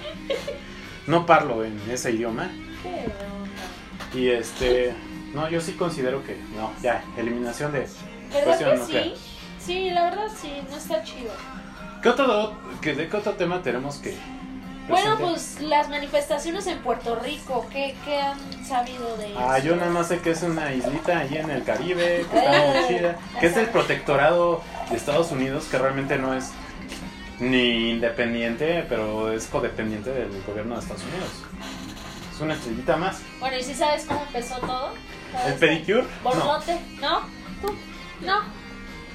No parlo en ese idioma.
Qué onda.
Y este. No, yo sí considero que. No, ya, eliminación de.
¿Verdad
Cuestión
que sí?
nuclear.
Sí, la verdad sí, no está chido.
¿Qué otro, que, ¿De qué otro tema tenemos que.?
Bueno,
presentar?
pues las manifestaciones en Puerto Rico, ¿qué, qué han sabido de eso?
Ah, yo nada más sé que es una islita allí en el Caribe,
Eh.
que está muy chida, que es el protectorado de Estados Unidos, que realmente no es ni independiente, pero es codependiente del gobierno de Estados Unidos. Es una estrellita más.
Bueno, ¿y si sabes cómo empezó todo?
¿El pedicure? No.
¿Borbote? ¿No? ¿Tú? No.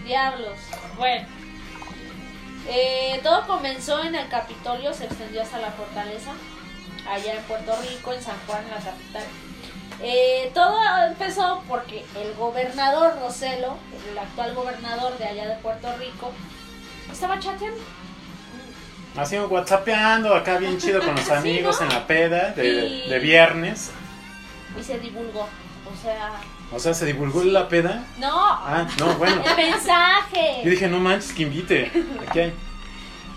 Diablos. Bueno. Eh, todo comenzó en el Capitolio, se extendió hasta la fortaleza, allá en Puerto Rico, en San Juan, la capital. Eh, todo empezó porque el gobernador Roselo, el actual gobernador de allá de Puerto Rico, estaba chateando.
Así whatsappeando acá bien chido con los
¿Ah, Sí,
amigos
¿no?
en la peda de,
Y-
de viernes.
y se divulgó. O sea,
O sea, se divulgó la peda.
no,
Ah, no, bueno.
el
Yo
mensaje.
dije, no manches, que invite. Aquí hay.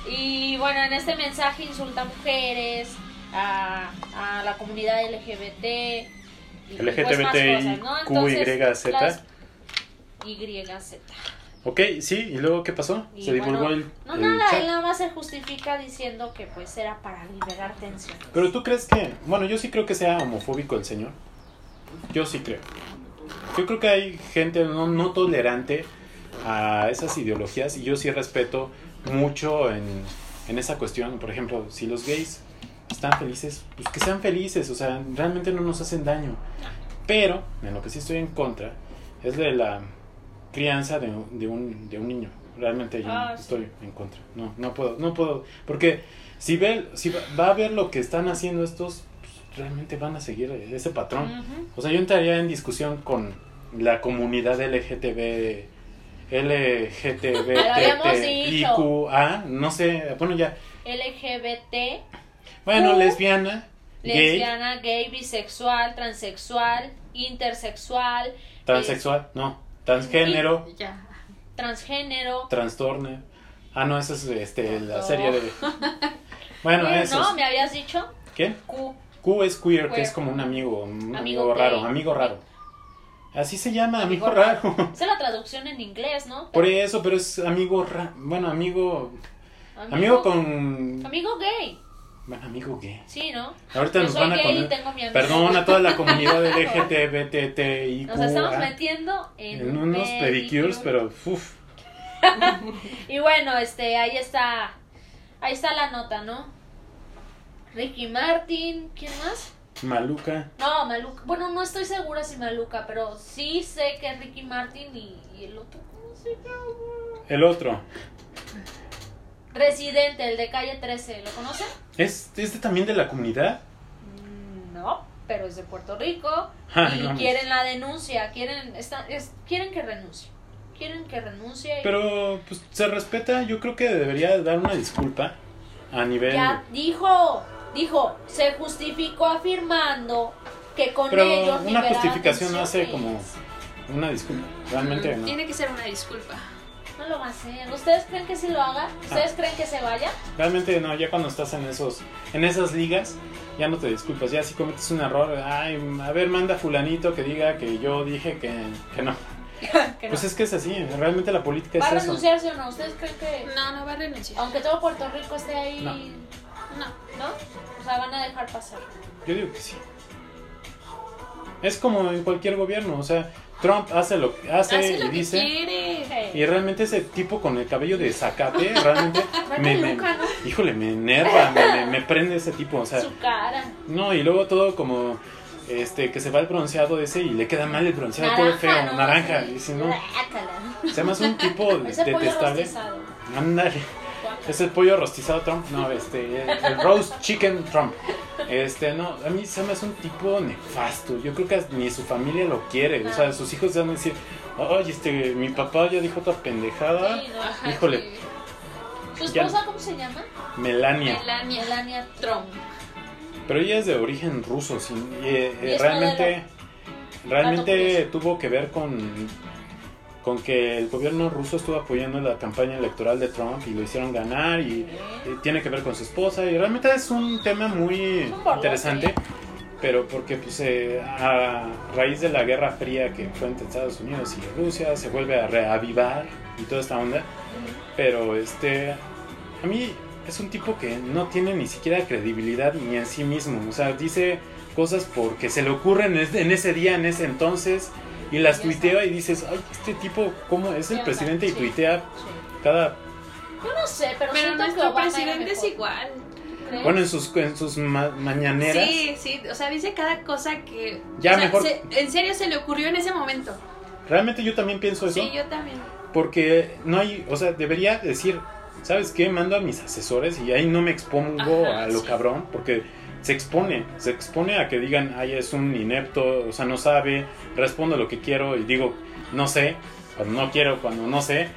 Y bueno, en este mensaje insulta a mujeres, a, a la comunidad LGBT. y, pues, más cosas, ¿no? Entonces,
LGTBTIQYZ.
las- YZ.
Ok, sí, ¿y luego qué pasó?
Y
se divulgó
bueno,
el,
No,
el
nada,
chat.
él nada más se justifica diciendo que pues era para liberar tensión.
Pero tú crees que... Bueno, yo sí creo que sea homofóbico el señor. Yo sí creo. Yo creo que hay gente no, no tolerante a esas ideologías y yo sí respeto mucho en, en esa cuestión. Por ejemplo, si los gays están felices, pues que sean felices, o sea, realmente no nos hacen daño. Pero, en lo que sí estoy en contra, es de la crianza de, un- de un, de un niño. Realmente yo
Ah, sí.
estoy en contra. No, no puedo, no puedo. Porque si, ve, si va- va a ver lo que están haciendo estos, pues, realmente van a seguir ese patrón.
Ujú.
O sea, yo entraría en discusión con la comunidad LGTB,
Lo habíamos dicho.
LGTBIQA, no sé, bueno ya,
LGBT,
bueno,
Ujú.
lesbiana, gay,
lesbiana, gay, bisexual, transexual, intersexual,
transexual, no, transgénero,
Ya.
transgénero.
trastorno, ah no, esa es este, la
No.
serie de... Bueno,
Eh,
eso,
no, me habías dicho
¿qué?
Q.
Q es queer, que
Queer.
es como un amigo, un
Amigo
amigo,
gay.
raro, amigo raro. Así se llama, amigo,
Amigo
raro.
Esa es la traducción en inglés, ¿no?
Por eso, pero es amigo, ra- bueno, amigo, amigo con
Amigo gay.
Bueno, amigo gay.
Sí, ¿no?
Ahorita
Yo
nos
soy
van a
gay y
poner.
tengo mi amigo.
Perdón a toda la comunidad de LGTBTTIQ.
Nos estamos
ah,
metiendo en,
En unos pedicures,
pedicure.
pero uff.
Y bueno, este, ahí está. Ahí está la nota, ¿no? Ricky Martin, ¿quién más?
Maluca.
No, Maluca. Bueno, no estoy segura si Maluca, pero sí sé que Ricky Martin y, y el otro, ¿cómo se llama?
El otro.
Residente, el de calle 13, ¿lo conocen?
¿Es este también de la comunidad?
Mm, No, pero es de Puerto Rico.
Ay,
y
vamos.
quieren la denuncia, quieren, está- es- quieren que renuncie. Quieren que renuncie. y-
Pero pues se respeta. Yo creo que debería dar una disculpa a nivel.
Ya dijo, dijo, se justificó afirmando que con
Pero
ellos
una
liberaba
justificación no hace
tensiones.
Una disculpa. Realmente
Mm,
no.
Tiene que ser una disculpa.
No lo va a hacer. ¿Ustedes creen que si lo haga?
Ah.
¿Ustedes creen que se vaya?
Realmente no, ya cuando estás en esos, en esas ligas, ya no te disculpas, ya si cometes un error, ay, a ver, manda fulanito que diga que yo dije que, que no.
Que no.
Pues es que es así, realmente la política
¿Va a
es eso.
renunciarse o no? ¿Ustedes creen que,
No, no va a renunciar.
aunque todo Puerto Rico esté ahí,
No.
No.
¿no? O sea, van a dejar pasar.
Yo digo que sí. Es como en cualquier gobierno, o sea, Trump hace lo que hace,
Hace
y
lo que
dice,
quiere.
Sí.
y realmente ese tipo con el cabello de zacate, realmente,
Aparte,
me, me-
Luca, ¿no?
híjole, me enerva, me, me- me prende ese tipo, o sea,
Su cara.
No, y luego todo como este que se va el bronceado ese y le queda mal el bronceado todo feo,
¿no?
naranja,
Sí.
y si no,
Guácala.
se llama un tipo
Ese pollo
detestable. Ah.
rostizado.
Ándale,
Guácala.
es el pollo rostizado Trump, no, este, el, el roast chicken Trump. Este, no, a mí se me hace un tipo nefasto. Yo creo que ni su familia lo quiere. O sea, sus hijos van a decir, ay, este, mi papá ya dijo otra pendejada.
Sí, no.
Ajá,
Híjole.
sí.
¿Su
Ya no.
esposa cómo se llama?
Melania.
Melania
Melania
Trump.
Pero ella es de origen ruso, sí, y, eh,
Y es Ah,
realmente, realmente tuvo que ver con, con que el gobierno ruso estuvo apoyando la campaña electoral de Trump y lo hicieron ganar y, eh, tiene que ver con su esposa y realmente es un tema muy
Es un borlote.
interesante, pero porque pues, eh, a raíz de la Guerra Fría que fue entre Estados Unidos y Rusia se vuelve a reavivar y toda esta onda, pero este, a mí es un tipo que no tiene ni siquiera credibilidad ni en sí mismo. O sea, dice cosas porque se le ocurren es- en ese día, en ese entonces, y las
Ya
tuitea y dices, ay, este tipo, ¿cómo es el
Ya está,
presidente? Y
sí.
tuitea
Sí.
cada
Yo no sé, pero,
Pero
siento que
nuestro
Obama era
presidente es
mejor.
igual.
¿Crees?
Bueno, en sus, en sus ma- mañaneras.
Sí, sí, o sea, dice cada cosa que...
Ya,
o sea,
mejor-
se- en serio se le ocurrió en ese momento.
Realmente yo también pienso eso.
Sí, yo también.
Porque no hay, o sea, debería decir, ¿sabes qué? Mando a mis asesores y ahí no me expongo
Ajá,
a lo
sí.
cabrón, porque se expone, se expone a que digan, ay, es un inepto, o sea, no sabe, respondo lo que quiero y digo, no sé, cuando no quiero, cuando no sé.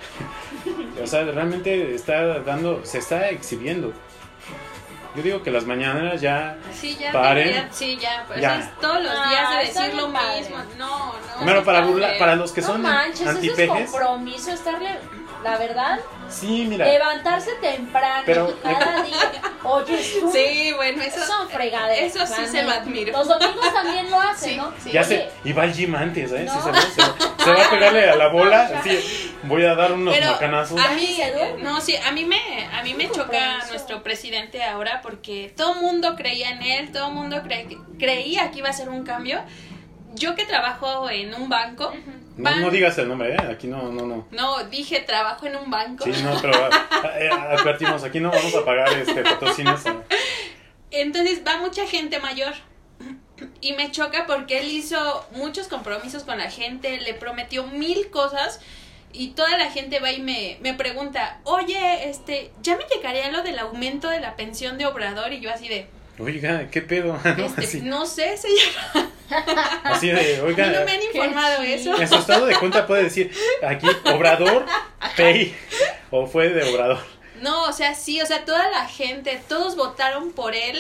o sea, realmente está dando, se está exhibiendo. Yo digo que las mañaneras ya...
Sí, ya.
Paren.
debería- sí, ya. pues,
Ya.
o sea, es todos los
Ah,
días de
está
decir
bien
lo
padre.
mismo. No, no.
Bueno,
sí
para
está
burlar,
bien.
para los que
no
son
manches, eso es
antipejes.
compromiso estarle, la verdad,
Sí, mira.
levantarse temprano
Pero-
cada día. Oye, tú,
Sí, bueno, eso...
son fregaderas.
eso sí
la
se lo
neta.
admiro.
Los domingos también lo hacen,
Sí,
¿no?
sí.
Ya
Oye,
se, y va al gym antes, ¿eh? Sí,
No.
se, va, se va- se va a pegarle a la bola. así, voy a dar unos
Pero ah,
macanazos.
a
Ay,
mí,
se duerme.
no, sí, a mí me, a mí me
Un
choca
compromiso.
nuestro presidente ahora porque todo mundo creía en él, todo mundo cre- creía que iba a ser un cambio. Yo que trabajo en un banco,
No,
van-
no digas el nombre, ¿eh? Aquí no, no, no.
no, dije trabajo en un banco.
Sí, no, pero ah, eh, advertimos, aquí no vamos a pagar este patrocinios. a-
Entonces va mucha gente mayor. Y me choca porque él hizo muchos compromisos con la gente, le prometió mil cosas y toda la gente va y me, me pregunta, oye, este, ya me llegaría lo del aumento de la pensión de Obrador y yo así de,
Oiga, ¿qué pedo? ¿No?
este,
Así,
no sé, señor,
así de,
a mí
oiga,
no me han informado
Qué
eso.
chido.
en su estado de cuenta puede decir, aquí, Obrador, Pay, o fue de Obrador.
No, o sea, sí, o sea, toda la gente, todos votaron por él,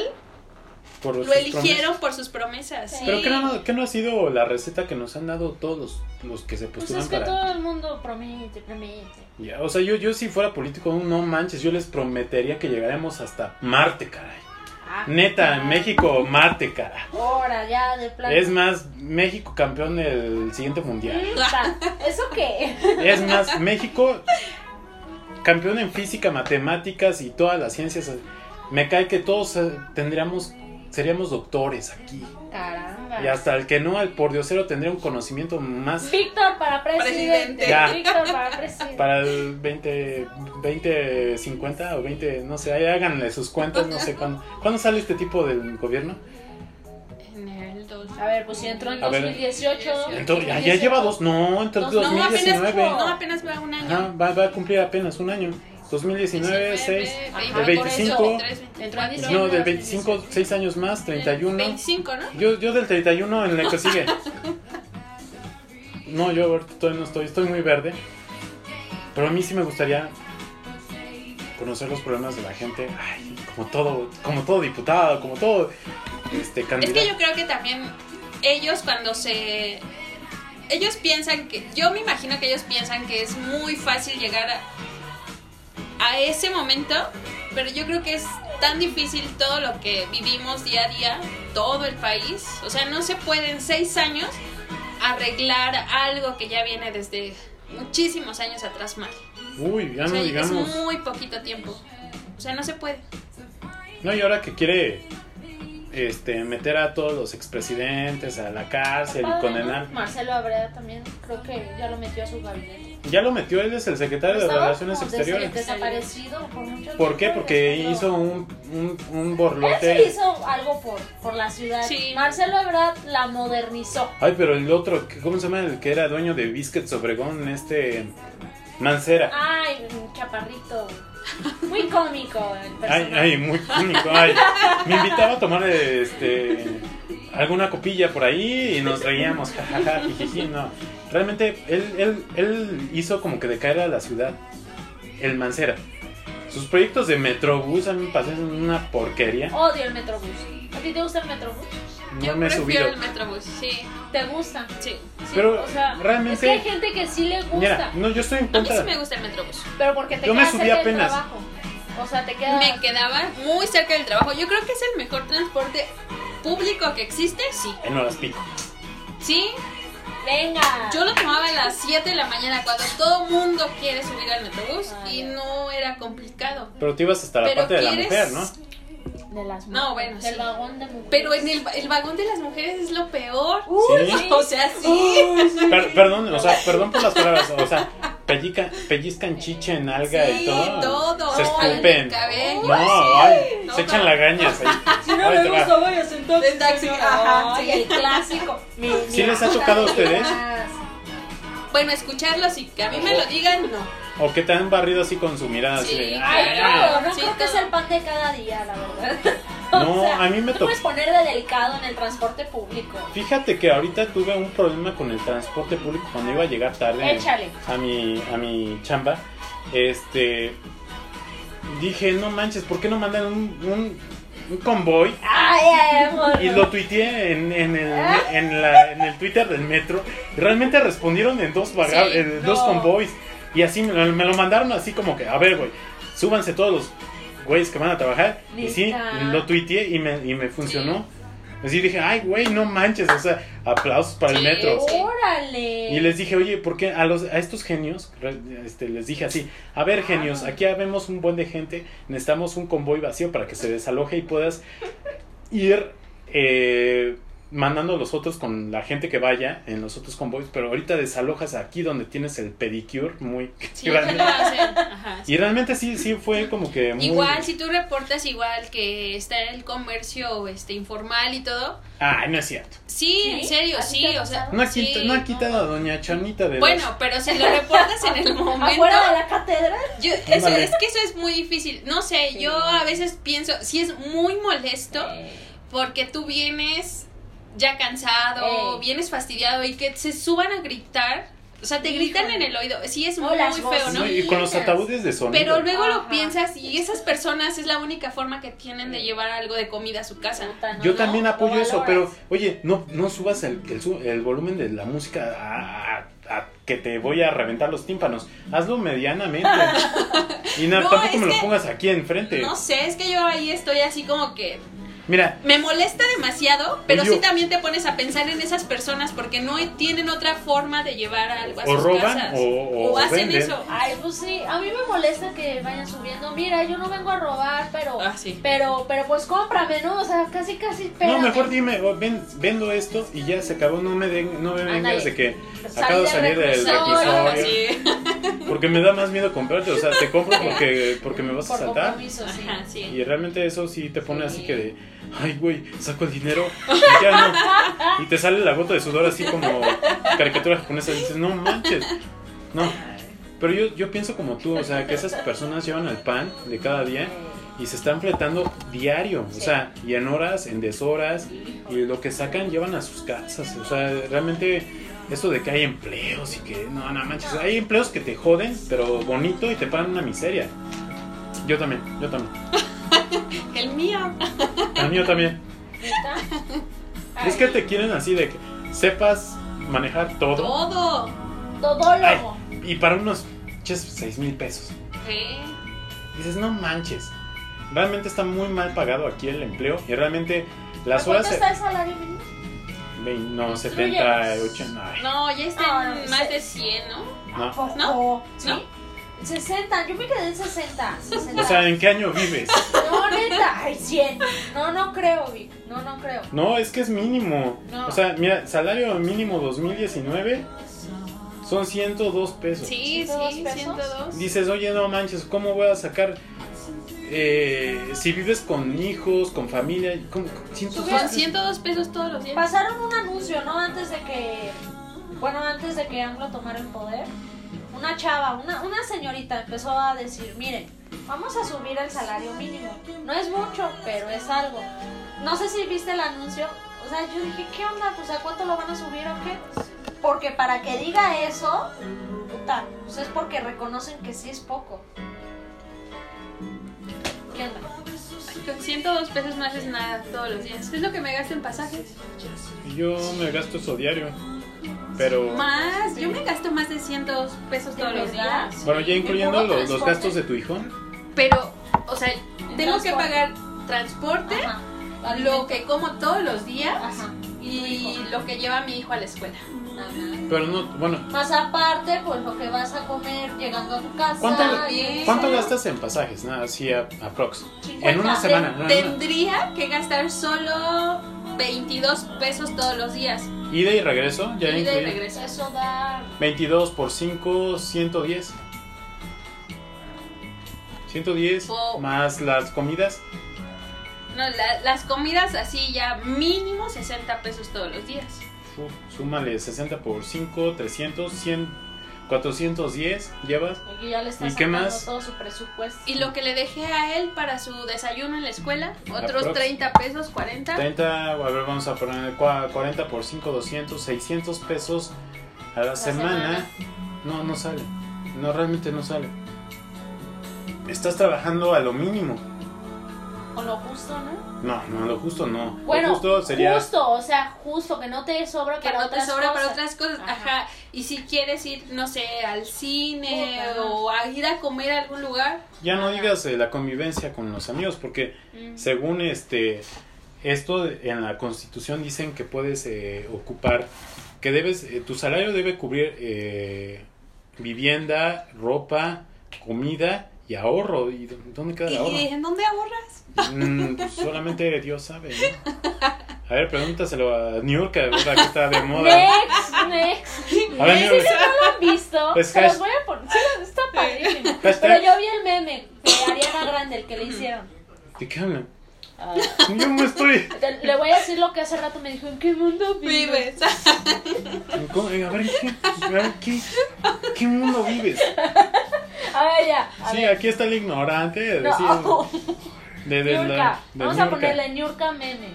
Por
lo
sus
eligieron eh. por sus promesas.
Sí.
sí.
Pero ¿qué no, qué no ha sido la receta que nos han dado todos los, los que se
Pues
postulan
es que
para...
todo el mundo promete, promete.
Ya, o sea, yo, yo si fuera político, no manches, yo les prometería que llegaremos hasta Marte, caray.
Ah,
Neta,
ah,
México, Marte, caray.
Ahora ya, de plano.
Es más, México campeón del siguiente mundial.
Puta, ¿Eso qué?
Es más, México campeón en física, matemáticas y todas las ciencias. Me cae que todos eh, tendríamos, seríamos doctores aquí.
Caramba.
Y hasta el que no, al pordiosero tendría un conocimiento más
Víctor para presidente.
Presidente.
Ya.
Víctor para presidente.
para el 20, 20, 50 o 20, no sé, ahí háganle sus cuentas, no sé cuándo. ¿Cuándo sale este tipo del gobierno?
En el dos-
A ver, pues si entró en
A ver.
2018.
Entonces, ya, ya lleva dos, no, entonces
Dos-
No, apenas,
2019.
no, apenas va un año.
Ajá, va, va a cumplir apenas un año. 2019, 6,
de 25,
entró
en
no,
de
del 25, 6 años más, 31.
25, ¿no?
Yo, yo del 31 en el que sigue. No, yo ahorita todavía no estoy, estoy muy verde. Pero a mí sí me gustaría conocer los problemas de la gente. Ay, como todo, como todo diputado, como todo este
Es
candidato.
que yo creo que también ellos cuando se... Ellos piensan que... Yo me imagino que ellos piensan que es muy fácil llegar a, a ese momento, pero yo creo que es tan difícil todo lo que vivimos día a día, todo el país. O sea, no se puede en seis años arreglar algo que ya viene desde muchísimos años atrás mal.
Uy, ya
O
no
sea,
digamos.
es muy poquito tiempo. O sea, no se puede.
No, y ahora que quiere este, meter a todos los expresidentes a la cárcel y
Padre,
condenar.
¿no? Marcelo Abrea también creo que ya lo metió a su gabinete.
Ya lo metió él, es el secretario de
Estaba
Relaciones
como des-
Exteriores.
Desaparecido por mucho
¿Por qué?
tiempo,
Porque
después lo-
hizo un, un, un
Él sí
borlote.
hizo algo por, por la ciudad.
Sí.
Marcelo Ebrard la modernizó.
Ay, pero el otro, ¿cómo se llama? El que era dueño de Biscuits Obregón, este.
Ah,
Mancera.
Ay, un chaparrito. Muy cómico el
Ay,
personaje.
ay, muy cómico. Ay, me invitaba a tomar este. Alguna copilla por ahí y nos reíamos, jajaja, jijiji, no. Realmente él, él, él hizo como que decaer a la ciudad, el Mancera. Sus proyectos de Metrobús a mí me parecen una porquería.
Odio el Metrobús. ¿A ti te gusta el Metrobús?
No
Oh, Yo
me he
prefiero
subido.
el metrobús, sí,
¿Te gusta?
sí.
Sí,
Pero,
o sea,
realmente-
Es que hay gente que sí le gusta.
Mira, no, yo estoy en
A mí
contra.
sí me gusta el metrobús.
Pero porque te
Yo me
queda
subí
cerca del
apenas.
trabajo. O sea, te queda.
Me quedaba muy cerca del trabajo. Yo creo que es el mejor transporte público que existe, sí.
En horas pico.
Sí,
Venga.
yo lo tomaba a las 7 de la mañana cuando todo mundo quiere subir al metrobús
Ah,
y
ya.
no era complicado.
Pero te ibas hasta la
Pero
parte de la mujer,
quieres-
¿no?
De las
No,
mujeres,
bueno,
Del
sí.
vagón de mujeres.
Pero en el, el vagón de las mujeres es lo peor.
Sí.
O sea, sí.
Oh.
Per- perdón, o sea, perdón por las palabras, o sea, pellica- pellizcan chiche en alga y todo.
todo.
Se
Ay,
escupen.
el cabello.
No, ay, se echan lagañas ahí.
Si no
Ay,
le
te va.
gusta, váyase en taxi.
En taxi,
señora.
ajá,
Ay,
sí.
el clásico. Mi-
¿Sí
mi
les ha
abuela
tocado a
de
ustedes?
veras.
Bueno, escucharlos y que a mí me lo digan, no.
O que te han barrido así con su mirada. así
Sí,
de,
claro.
ay,
Ay, no, no
Sí,
creo que
todo.
sea el pan de cada día, la verdad.
No, a mí me
te
tocó.
puedes poner de delicado en el transporte público.
Fíjate que ahorita tuve un problema con el transporte público cuando iba a llegar tarde
Échale.
a mi a mi chamba. Este dije, no manches, ¿por qué no mandan un, un- un convoy?
Ay, ay, amor.
Y lo tuiteé en, en el, en, la- en el Twitter del metro. Y Realmente respondieron en dos, vaga-
Sí,
en
no.
dos convoys. Y así me, lo- me lo mandaron así como que, a ver, güey, súbanse todos los güeyes que van a trabajar. Y sí,
Neta.
lo tuiteé y me, y me funcionó. Así dije, ay, güey, no manches. O sea, aplausos para el
Sí,
metro.
Órale.
Y les dije, oye, ¿por qué a, los, a estos genios? re- Este, les dije así, a ver genios, aquí vemos un buen de gente, necesitamos un convoy vacío para que se desaloje y puedas ir eh, mandando a los otros con la gente que vaya en los otros convoys, pero ahorita desalojas aquí donde tienes el pedicure muy
Sí,
grande.
sí lo hacen. Ajá, sí.
Y realmente sí, sí fue como que... muy-
Igual, si tú reportas igual que está en el comercio este informal y todo.
Ay, no es cierto.
Sí,
¿Sí?
en serio,
¿Así
sí,
te ha
o sea,
pasado?
No ha,
sí.
quita- no ha quitado a doña Chanita de... las-
Bueno, pero si lo reportas en el momento,
¿Afuera de la catedral?
yo- eso,
Ándale.
es que eso es muy difícil. No sé,
Sí.
yo a veces pienso, sí es muy molesto
Eh,
porque tú vienes ya cansado,
Ey.
vienes fastidiado y que se suban a gritar, o sea, te gritan
Híjole.
en el oído. Sí es
O
muy
las
feo, ¿no?
Sí, y con los ataúdes de sonido.
Pero luego lo
Ajá.
piensas y esas personas es la única forma que tienen de llevar algo de comida a su casa.
puta, no,
Yo
no,
también
lo
apoyo eso, pero
valoras.
oye, no, no subas el, el su- el volumen de la música a, a- a que te voy a reventar los tímpanos. Hazlo medianamente. y no,
No,
tampoco
es
me lo
que-
pongas aquí enfrente.
No sé, es que yo ahí estoy así como que
Mira,
me molesta demasiado, pero
Oye,
sí también te pones a pensar en esas personas porque no tienen otra forma de llevar algo a
o
sus
roban
casas.
o, o
o hacen
venden.
eso.
Ay, pues sí, a mí me molesta que vayan subiendo. Mira, yo no vengo a robar, pero.
Ah, sí.
Pero, pero pues cómprame, ¿no? O sea, casi, casi.
No,
espérame.
mejor dime, oh, ven, vendo esto y ya se acabó. No me, den, no me vengas
Ándale.
de que
Salí
acabo de
del
salir del
reclusorio.
reclusorio.
Sí.
Porque me da más miedo comprarte. O sea, te compro porque, porque me vas a
Por
saltar.
compromiso, sí.
Ajá, sí.
Y realmente eso sí te pone así
Sí.
que de, ay, güey, saco el dinero y ya no. Y te sale la gota de sudor así como caricatura japonesa. Y dices, no manches. No. Pero yo, yo pienso como tú, o sea, que esas personas llevan el pan de cada día
Eh,
y se están fletando diario. O sea, y en horas, en deshoras. Y lo que sacan llevan a sus casas. O sea, realmente eso de que hay empleos y que, no, no manches. Hay empleos que te joden, pero bonito y te pagan una miseria. Yo también, yo también.
El mío.
El mío también.
¿Neta?
Es que te quieren así de que sepas manejar todo.
Todo.
Todólogo.
Y para unos ches, 6 mil pesos.
Sí.
Dices, no manches. Realmente está muy mal pagado aquí el empleo. Y realmente las
¿Cuánto
horas.
está el salario mínimo?
Ve- No,
Incluye-
78. No,
No,
Ah,
ya están
no,
Este más
sí.
de 100, ¿no?
no.
¿No? ¿Sí?
¿No?
60, yo me quedé en 60. 60.
O sea, ¿en qué año vives?
no, neta, ay, 100. No, no creo, Vic. No, no creo.
No, es que es mínimo.
No.
O sea, mira, salario mínimo 2019 son 102 pesos.
Sí, sí,
102 pesos.
102.
Dices, oye, no manches, ¿cómo voy a sacar? eh, si vives con hijos, con familia, ¿cómo? ¿Cientos
Son
pesos?
102 pesos todos los días.
Pasaron un anuncio, ¿no? Antes de que. Bueno, antes de que AMLO tomara el poder. Una chava, una, una señorita empezó a decir: Miren, vamos a subir el salario mínimo. No es mucho, pero es algo. No sé si viste el anuncio. O sea, yo dije: ¿Qué onda? Pues a cuánto lo van a subir o qué. Porque para que diga eso, puta, pues es porque reconocen que sí es poco. ¿Qué onda?
Con 102 pesos no haces nada todos los días. Es lo que me gasto en pasajes.
Yo me gasto eso diario. Pero
Más, yo me gasto más de 102 pesos
¿De
todos los
verdad?
días.
bueno, ya incluyendo
¿Y puro
lo- los
transporte?
gastos de tu hijo.
Pero, o sea, tengo que
Transporte.
pagar transporte,
Ajá.
lo que como todos los días
Ajá.
y lo que lleva mi hijo a la escuela.
Ajá.
Pero no, bueno,
Más aparte, pues lo que vas a comer llegando a tu casa.
¿Cuánto-
y eso.
¿cuánto gastas en pasajes? Nada, así a, aprox. En una
Cincuenta.
semana. no, no, no.
Tendría que gastar solo 22 pesos todos los días.
Ida y regreso, ya
Ida y
incluye.
regreso.
Eso da.
22 por 5, 110. 110
Wow.
más las comidas.
No, la- las comidas así ya mínimo 60 pesos todos los días.
Uf, súmale 60 por 5, 300, 100, 410 llevas.
Y ya le está
¿Y qué
sacando
más?
todo su presupuesto.
Y lo que le dejé a él para su desayuno en la escuela, otros
Aprox.
30 pesos, 40.
30, a ver, vamos a poner cua- 40 por 5, 200, 600 pesos a la, semana.
semana.
No, no sale. No, realmente no sale. Estás trabajando a lo mínimo.
Con lo justo, ¿no?
No, no, lo justo no.
Bueno,
lo justo sería.
justo, o sea, justo, que no te sobra
Que
para
no te
otras
sobra para
cosas.
otras cosas.
Ajá.
Ajá. Y si quieres ir, no sé, al cine
Puta, no.
o a ir a comer a algún lugar.
Ya no digas eh, la convivencia con los amigos, porque
Mm.
según este esto de- en la Constitución dicen que puedes eh, ocupar, que debes, eh, tu salario debe cubrir eh, vivienda, ropa, comida y ahorro. ¿Y dó- dónde queda
Y,
el
y
ahorro?
¿en dónde ahorras?
Mm, pues, solamente Dios sabe. ¿no? A ver, pregúntaselo a New York, ¿verdad? Que está de moda.
Next, next.
A ver, New York.
¿Lo han visto?
Pues,
Se los
hash-
voy a poner. Sí, está padrísimo.
Hashtag-
Pero yo vi el meme de Ariana Grande, el que le hicieron.
¿De qué hablan?
Ah,
Yo me estoy.
te- le voy a decir lo que hace rato me dijo: ¿En qué mundo vives?
Vives.
¿Cómo? eh, A ver, ¿qué, a ver, ¿qué, qué mundo vives?
A ver, Ah, ya. A
Sí,
ver.
aquí está el ignorante. De decir,
No.
de, de
Ñurka.
la- de
Vamos a
Ñurka.
ponerle Ñurka meme.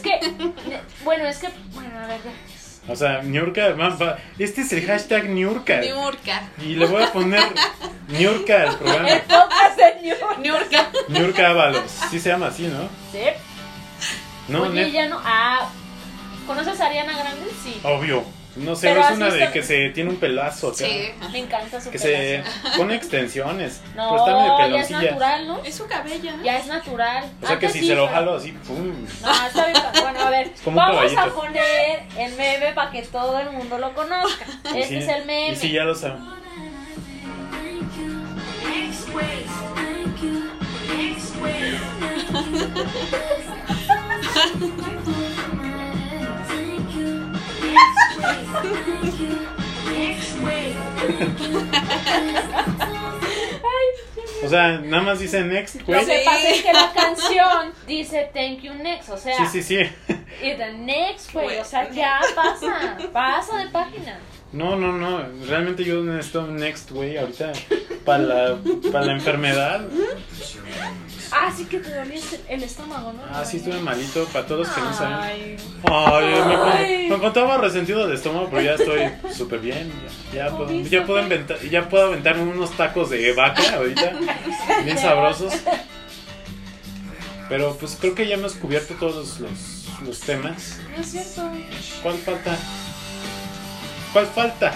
que, ne- bueno, es que, bueno, a ver, ya.
O sea, Niurka, va- va- este es el hashtag Niurka.
Niurka.
Y le voy a poner Niurka al programa.
el podcast de Ñurka.
Niurka.
Niurka Ábalos. Sí se llama así, ¿no?
Sí.
No,
Oye,
net-
ya no, ah, ¿conoces a Ariana Grande? Sí.
obvio. No sé,
Pero
es
has
una de
visto-
que se tiene un pelazo acá.
Sí.
Me encanta su
Que se
pelazo.
pone extensiones. pero está medio
No, ya es
peloncilla.
natural, ¿no?
Es su cabello, ¿no?
Ya es natural.
O sea que
Antes
si
sí,
se lo
pero-
jalo así, pum.
No, está bien. pa- Bueno, a ver,
como un
vamos a
caballito.
poner el meme para que todo el mundo lo conozca.
Y
Este
sí,
es el meme.
Y si ya lo saben. O sea, nada más dice next,
Lo
güey.
que
Sí.
pasa es que la canción dice thank you next, o sea,
Sí, sí, sí.
y the next, güey,
Güey.
o sea, ya pasa, pasa de página.
No, no, no. Realmente yo necesito un next, güey, ahorita. Para la, para la enfermedad.
Ah, sí que te dolía el- el estómago, ¿no?
Ah, sí, estuve malito. Para todos que no saben.
Ay,
Ay, me,
Ay.
con- me encontraba resentido de estómago, pero ya estoy súper bien. Ya, ya puedo, ya,
pues.
puedo inventar, ya puedo aventarme unos tacos de vaca ahorita. Bien sabrosos. Pero pues creo que ya hemos cubierto todos los, los temas.
no es cierto.
¿Cuál falta? ¿Cuál falta?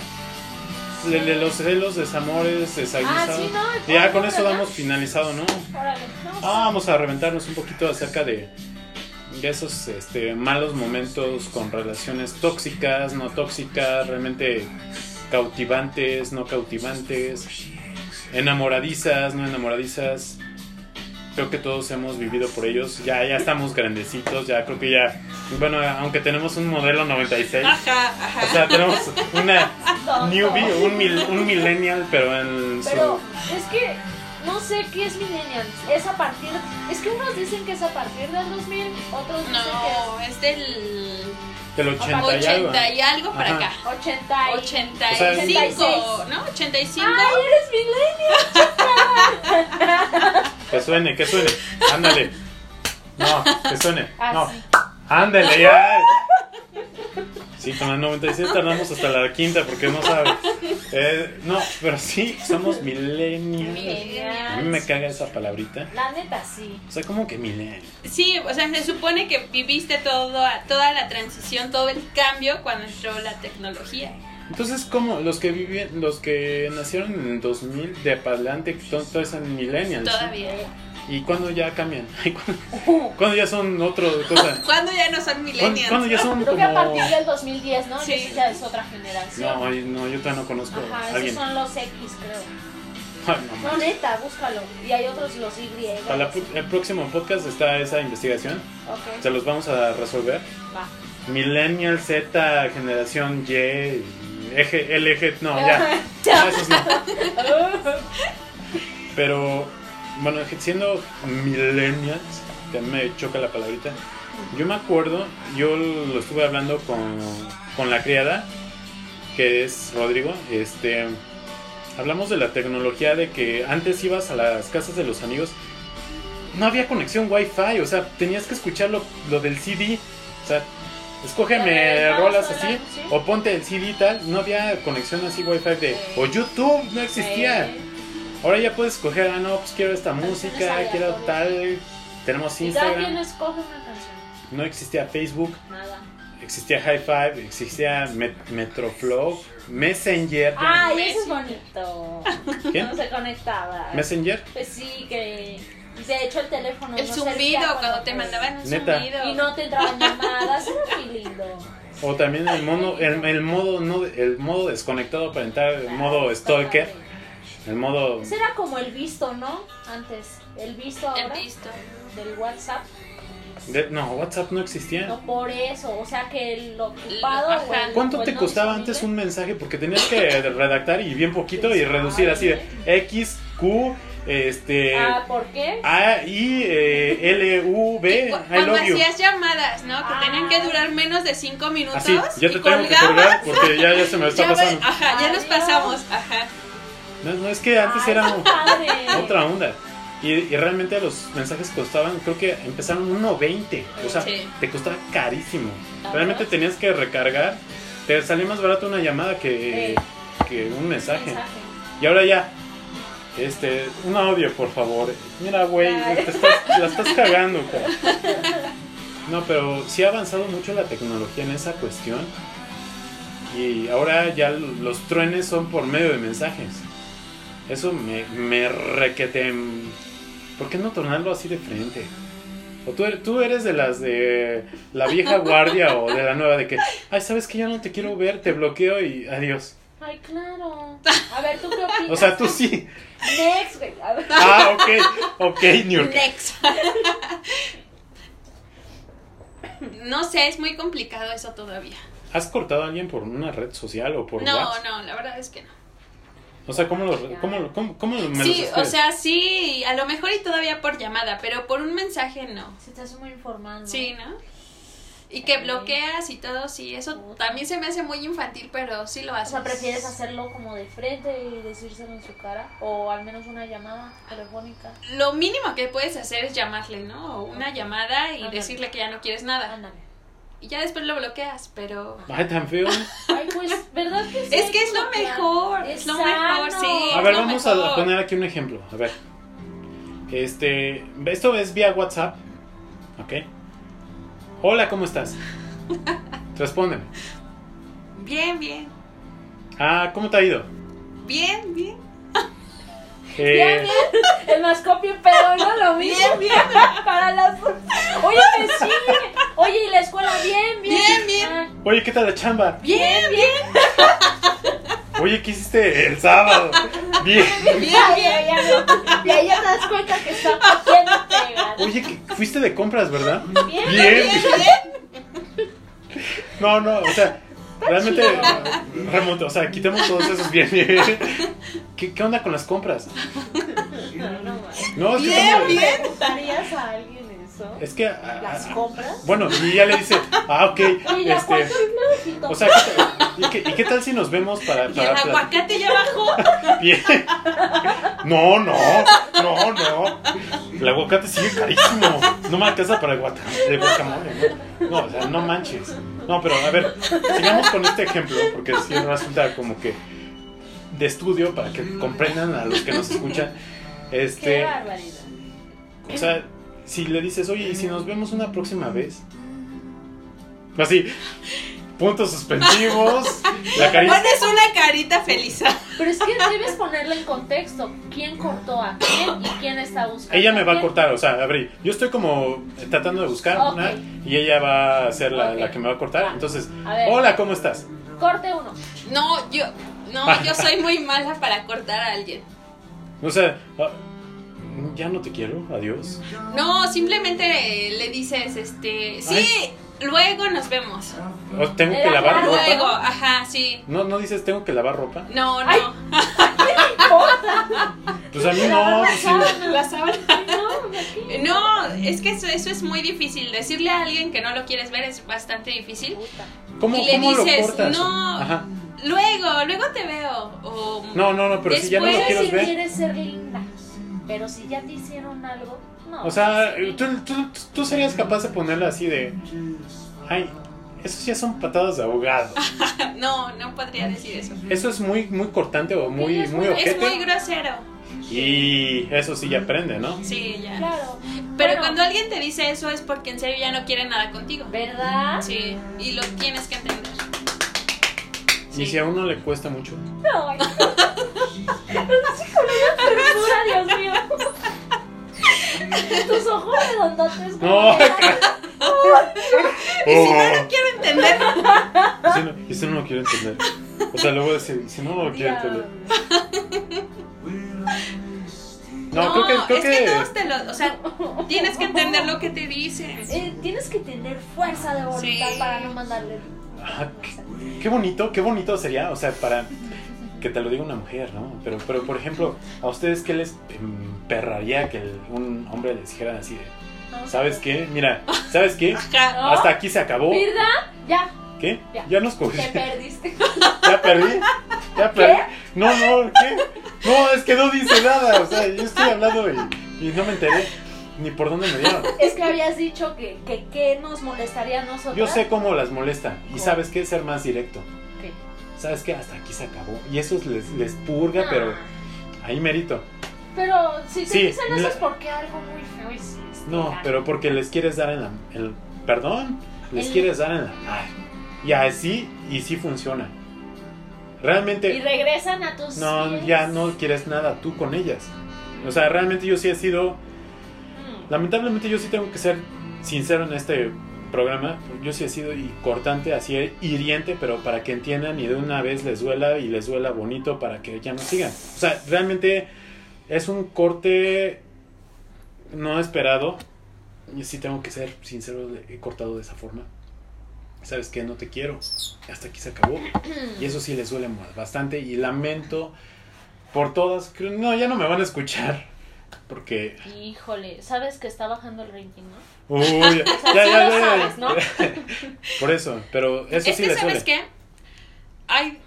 El de los celos, desamores, desaguisados.
Ah, sí, no,
ya
¿cuál
con
falta,
eso
no?
damos finalizado, ¿no?
Órale, vamos.
Ah, vamos a reventarnos un poquito acerca de, de esos este, malos momentos con relaciones tóxicas, no tóxicas, realmente cautivantes, no cautivantes, enamoradizas, no enamoradizas. Creo que todos hemos vivido por ellos. Ya, ya estamos grandecitos, ya creo que ya. Bueno, aunque tenemos un modelo 96.
Ajá,
O
ajá.
sea, tenemos una
Tonto.
newbie, un, mil- un millennial, pero en su.
Pero es que no sé qué es millennials. Es a partir. Es que unos dicen que es a partir del 2000, otros dicen que
No, es del
del 80 y algo.
80 y algo para
Ajá.
acá.
es 80 y...
85, ¿no? 85.
¡Ay, eres millennial!
Que suene, que suene. Ándale. No, que suene. No.
Así.
Ándale, ya. Sí, con la 96 tardamos hasta la quinta porque no sabes. Eh, no, pero sí, somos millennials. A mí me caga esa palabrita.
La neta, sí.
O sea, como que millennial.
Sí, o sea, se supone que viviste todo, toda la transición, todo el cambio cuando entró la tecnología.
Entonces, ¿cómo? Los que viven, los que nacieron en 2000 de adelante, que son- todos son millennials. ¿no?
Todavía.
¿Y cuándo ya cambian? Ay, ¿Cuándo,
Eh,
cuándo ya son otro cosa?
¿Cuándo ya no son
¿Cuándo, cuándo
millennials?
ya son
Creo que a
como...?
partir del 2010, ¿no?
Sí.
Ya es otra generación.
No, ay, no, yo todavía no conozco
Ajá,
a
esos
alguien.
son los X, creo. No, neta, búscalo. Y hay otros, los Y.
Para la pr- el próximo podcast está esa investigación.
Ok,
Se los vamos a resolver.
va.
Millennial Z, generación Y, eje, LG, no, ya. Ah, esos no. Pero, bueno, siendo millennials, que me choca la palabrita, yo me acuerdo, yo lo estuve hablando con, con la criada, que es Rodrigo, este, hablamos de la tecnología de que antes ibas a las casas de los amigos, no había conexión wifi, o sea, tenías que escuchar lo, lo del CD, o sea, escógeme
Ajá,
rolas
sola,
así,
sí.
o ponte el CD y tal, no había conexión así wifi de, o YouTube no existía.
Eh,
Ahora ya puedes escoger, ah, no, pues quiero esta
Canciones
música,
aleatorias.
quiero tal. Tenemos
y cada quien
Instagram.
escoge una canción.
No existía Facebook,
Nada.
existía High Five, existía Met- Metroflow, Messenger.
Ay,
Messi.
eso es bonito.
¿Quién?
No se conectaba.
¿Messenger?
Pues sí, que. De hecho, el teléfono.
El
no
zumbido,
servía
cuando te mandaban un
Neta.
zumbido.
Y no te entraban llamadas. Era muy lindo.
O también el modo, el, el modo no, el modo desconectado para entrar, el modo stalker, el modo.
Ese era como el visto, ¿no? Antes. El visto ahora.
He visto.
Del WhatsApp.
de- no, WhatsApp no existía.
No por eso. O sea, que el ocupado.
Ajá.
o el-
¿Cuánto
o el
te
no
costaba
disponible-
antes un mensaje? Porque tenías que redactar y bien poquito y reducir así de X, Q, este.
Ah, ¿por qué?
A I eh, L U
Y
V
cu-
I
Cuando
love you.
hacías llamadas, ¿no? Que
Ah.
tenían que durar menos de 5 minutos.
Así, ya
y
te tengo que
colgabas.
colgar porque ya, ya se me está
Ya va-
pasando.
ajá, ya
Adiós.
nos pasamos. Ajá.
No, no, es que antes
Ay,
era
qué padre.
otra onda. Y, y realmente los mensajes costaban, creo que empezaron 1.20. O sea,
Sí.
te costaba carísimo.
Ajá.
Realmente tenías que recargar. Te salía más barato una llamada que, que un mensaje.
Mensaje.
Y ahora ya. Este, un audio, por favor. Mira, güey,
Ay.
te estás- la estás cagando, cara. No, pero sí ha avanzado mucho la tecnología en esa cuestión. Y ahora ya l- los truenes son por medio de mensajes. Eso me, me requete. em, ¿Por qué no tornarlo así de frente? O tú, er- tú eres de las de la vieja guardia o de la nueva de que, ay, sabes que ya no te quiero ver, te bloqueo y adiós.
Ay, claro. A ver, ¿tú qué opinas?
O sea, tú sí.
Next, güey. A ver.
Ah, ok, ok, New York.
Next. No sé, es muy complicado eso todavía.
¿Has cortado a alguien por una red social o por
No,
WhatsApp?
no, la verdad es que no.
O sea, ¿cómo lo, cómo, lo- cómo, cómo me lo
Sí, o
describes?
sea, sí, a lo mejor y todavía por llamada, pero por un mensaje no.
Se te hace muy informando.
Sí, ¿no? Y que bloqueas y todo, sí, eso también se me hace muy infantil, pero sí lo
O
haces.
sea, ¿prefieres hacerlo como de frente y decírselo en su cara? O al menos una llamada telefónica.
Lo mínimo que puedes hacer es llamarle, ¿no? O una llamada y
Ándale.
decirle que ya no quieres nada.
Ándale.
Y ya después lo bloqueas, pero...
Ay, tan feo.
Ay, pues, ¿verdad que sí?
Es que es lo mejor, es lo mejor,
sano.
sí.
A ver,
no,
vamos
mejor.
a poner aquí un ejemplo. A ver. Este, esto es vía WhatsApp. ¿Ok? Hola, ¿cómo estás? Respóndeme.
Bien, bien.
Ah, ¿cómo te ha ido?
Bien, bien.
Eh,
El más copio y pegó, ¿no? Lo mismo.
Bien, bien.
Para las... Oye, que sí. Oye, ¿y la escuela? Bien, bien.
Bien, bien.
Ah,
Oye, ¿qué tal la chamba?
Bien, bien.
Oye, ¿qué hiciste el sábado? Bien.
Ya, ya, ya, no. Y ahí ya te das cuenta que está copiando y pegando.
Oye, que fuiste de compras, ¿verdad?
Bien,
Bien. No, no, o sea, realmente remonto, o sea, quitemos todos esos bien. ¿Qué, qué onda con las compras?
No, no, ma.
No, es que
Bien,
estamos-
bien.
¿Preguntarías a alguien eso?
Es que ah,
¿Las
ah,
compras?
bueno, y ya le dice, ah, ok,
Oye, ya,
este,
¿cuánto es
o sea, ¿qué tal- ¿y qué, y qué tal si nos vemos para
Y el
para plat-
aguacate ya bajó.
Bien. No, no, no, no. El aguacate sigue carísimo. No me alcanza para el, guata, el guacamole. ¿no? No, o sea, no manches. No, pero a ver, sigamos con este ejemplo, porque sí resulta como que de estudio para que comprendan a los que nos escuchan.
Qué
Este,
barbaridad.
o sea, si le dices, oye, ¿y si nos vemos una próxima vez? Así, puntos suspensivos, la carita.
Pones una carita feliz.
Pero es que debes ponerle en contexto quién cortó a quién y quién está buscando.
Ella me va a
quién.
cortar, o sea, abrí. Yo estoy como tratando de buscar
Ok.
una y ella va a ser la,
Ok.
la que me va a cortar.
Va.
Entonces,
A ver.
hola, ¿cómo estás?
Corte uno.
No, yo. No, yo soy muy mala para cortar a alguien.
O sea, ah, ya no te quiero, adiós.
No, simplemente eh, le dices, este, sí, luego nos vemos.
O tengo que
Era
lavar
claro.
Luego,
ropa.
ajá, sí.
No, no dices tengo que lavar ropa.
No,
Ay.
no.
Pues a mí no. pues sí.
La sábana.
No, aquí.
No, es que eso, eso es muy difícil. Decirle a alguien que no lo quieres ver es bastante difícil.
Puta.
¿Cómo,
Y le
cómo lo
dices,
cortas?
"No".
Ajá.
Luego, luego te veo. O,
No, no, no, pero si ya no lo
Después,
quieres
Puedes si
ver.
quieres ser linda, pero si ya te hicieron algo, no.
O sea, ¿tú, tú, tú serías capaz de ponerla así de. Ay, esos ya son patadas de ahogado.
Ah. no, no podría decir eso.
Eso es muy, muy cortante o muy,
es
muy
muy-
ojete.
Es muy grosero.
Y eso sí ya aprende, ¿no?
Sí, ya.
claro.
Pero
Bueno,
cuando alguien te dice eso es porque en serio ya no quiere nada contigo.
¿Verdad?
Sí, y lo tienes que entender.
Y
Sí.
si a uno le cuesta mucho.
No, ay, no. Así con una ternura, Dios mío. Tus ojos redondotes.
No.
güey.
Y si no
Oh.
lo quiero entender,
Y si no- Y si no lo quiero entender. O sea, luego decir, si no lo quiero entender. No,
no,
creo que. Creo
es que... todos te lo, o sea, tienes que entender lo que te dicen.
Eh, tienes que tener fuerza de voluntad
Sí.
para no mandarle.
Ah, qué, qué bonito, qué bonito sería. O sea, para que te lo diga una mujer, ¿no? Pero, pero por ejemplo, ¿a ustedes qué les perraría que el- un hombre les dijera así de,
No,
¿sabes qué? Mira, ¿sabes qué?
Ajá.
Hasta aquí se acabó.
¿Verdad? Ya,
¿Qué?
Ya.
Ya nos cogí.
te perdiste.
Ya perdí. Ya perdí. No, no, ¿qué? No, es que no dice nada. O sea, yo estoy hablando y, y no me enteré ni por dónde me dieron.
Es que habías dicho que que, que nos molestaría a nosotros.
Yo sé cómo las molesta. Y sabes qué, ser más directo.
¿Qué?
Sabes qué, hasta aquí se acabó. Y eso les, les
Ah.
purga, pero ahí merito.
Pero si te
Sí,
dicen eso
la-
es porque algo muy feo hiciste.
No,
Algo.
pero porque les quieres dar en la... El, perdón, les
El-
quieres dar en la... madre. Y así, y sí funciona.
Y
Realmente,
regresan a tus.
no,
pies.
ya no quieres nada tú con ellas. O sea, realmente yo sí he sido...
Mm.
Lamentablemente yo sí tengo que ser sincero en este programa. Yo sí he sido y cortante, así hiriente, pero para que entiendan y de una vez les duela y les duela bonito para que ya no sigan. O sea, realmente es un corte no esperado. Y sí tengo que ser sincero, le he cortado de esa forma. ¿Sabes qué? No te quiero. Hasta aquí se acabó.
Mm.
Y eso sí les duele mu- bastante. Y lamento por todas. creo- No, ya no me van a escuchar. Porque
Híjole, sabes que está bajando el ranking, ¿no?
Uy, ya,
sea,
ya,
sí
ya,
lo
ya, ya.
sabes, ¿no?
Por eso, pero eso
es
sí
que,
le
¿sabes
suele.
qué? Hay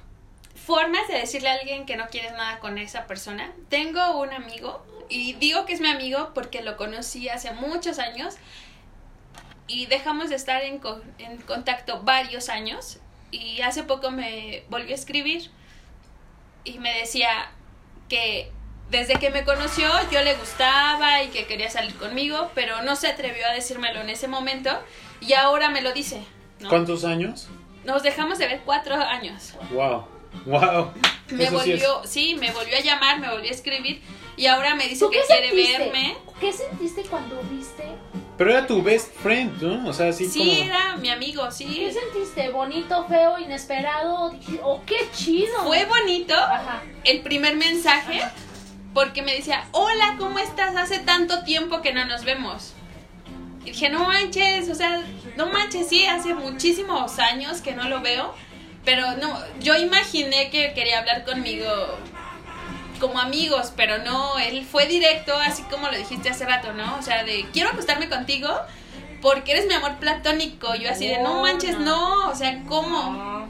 formas de decirle a alguien que no quieres nada con esa persona. Tengo un amigo, y digo que es mi amigo porque lo conocí hace muchos años, y dejamos de estar en, co- en contacto varios años, y hace poco me volvió a escribir, y me decía que desde que me conoció yo le gustaba y que quería salir conmigo, pero no se atrevió a decírmelo en ese momento, y ahora me lo dice. ¿no?
¿Cuántos años?
Nos dejamos de ver cuatro años.
Wow, wow.
Me
Eso sí es.
volvió, sí, me volvió a llamar, me volvió a escribir y ahora me dice
¿Tú
que
qué
quiere
sentiste?
verme.
¿Qué sentiste cuando viste?
Pero era tu best friend, ¿no? O sea, así
Sí,
como.
era mi amigo, sí.
¿Qué sentiste? ¿Bonito, feo, inesperado? Dije, ¡Oh, qué chido!
Fue bonito
Ajá.
el primer mensaje porque me decía, hola, ¿cómo estás? Hace tanto tiempo que no nos vemos. Y dije, no manches, o sea, no manches, sí, hace muchísimos años que no lo veo. Pero no, yo imaginé que quería hablar conmigo como amigos, pero no, él fue directo, así como lo dijiste hace rato, ¿no? O sea, de quiero acostarme contigo porque eres mi amor platónico. Yo así de, no manches, no, o sea, ¿cómo?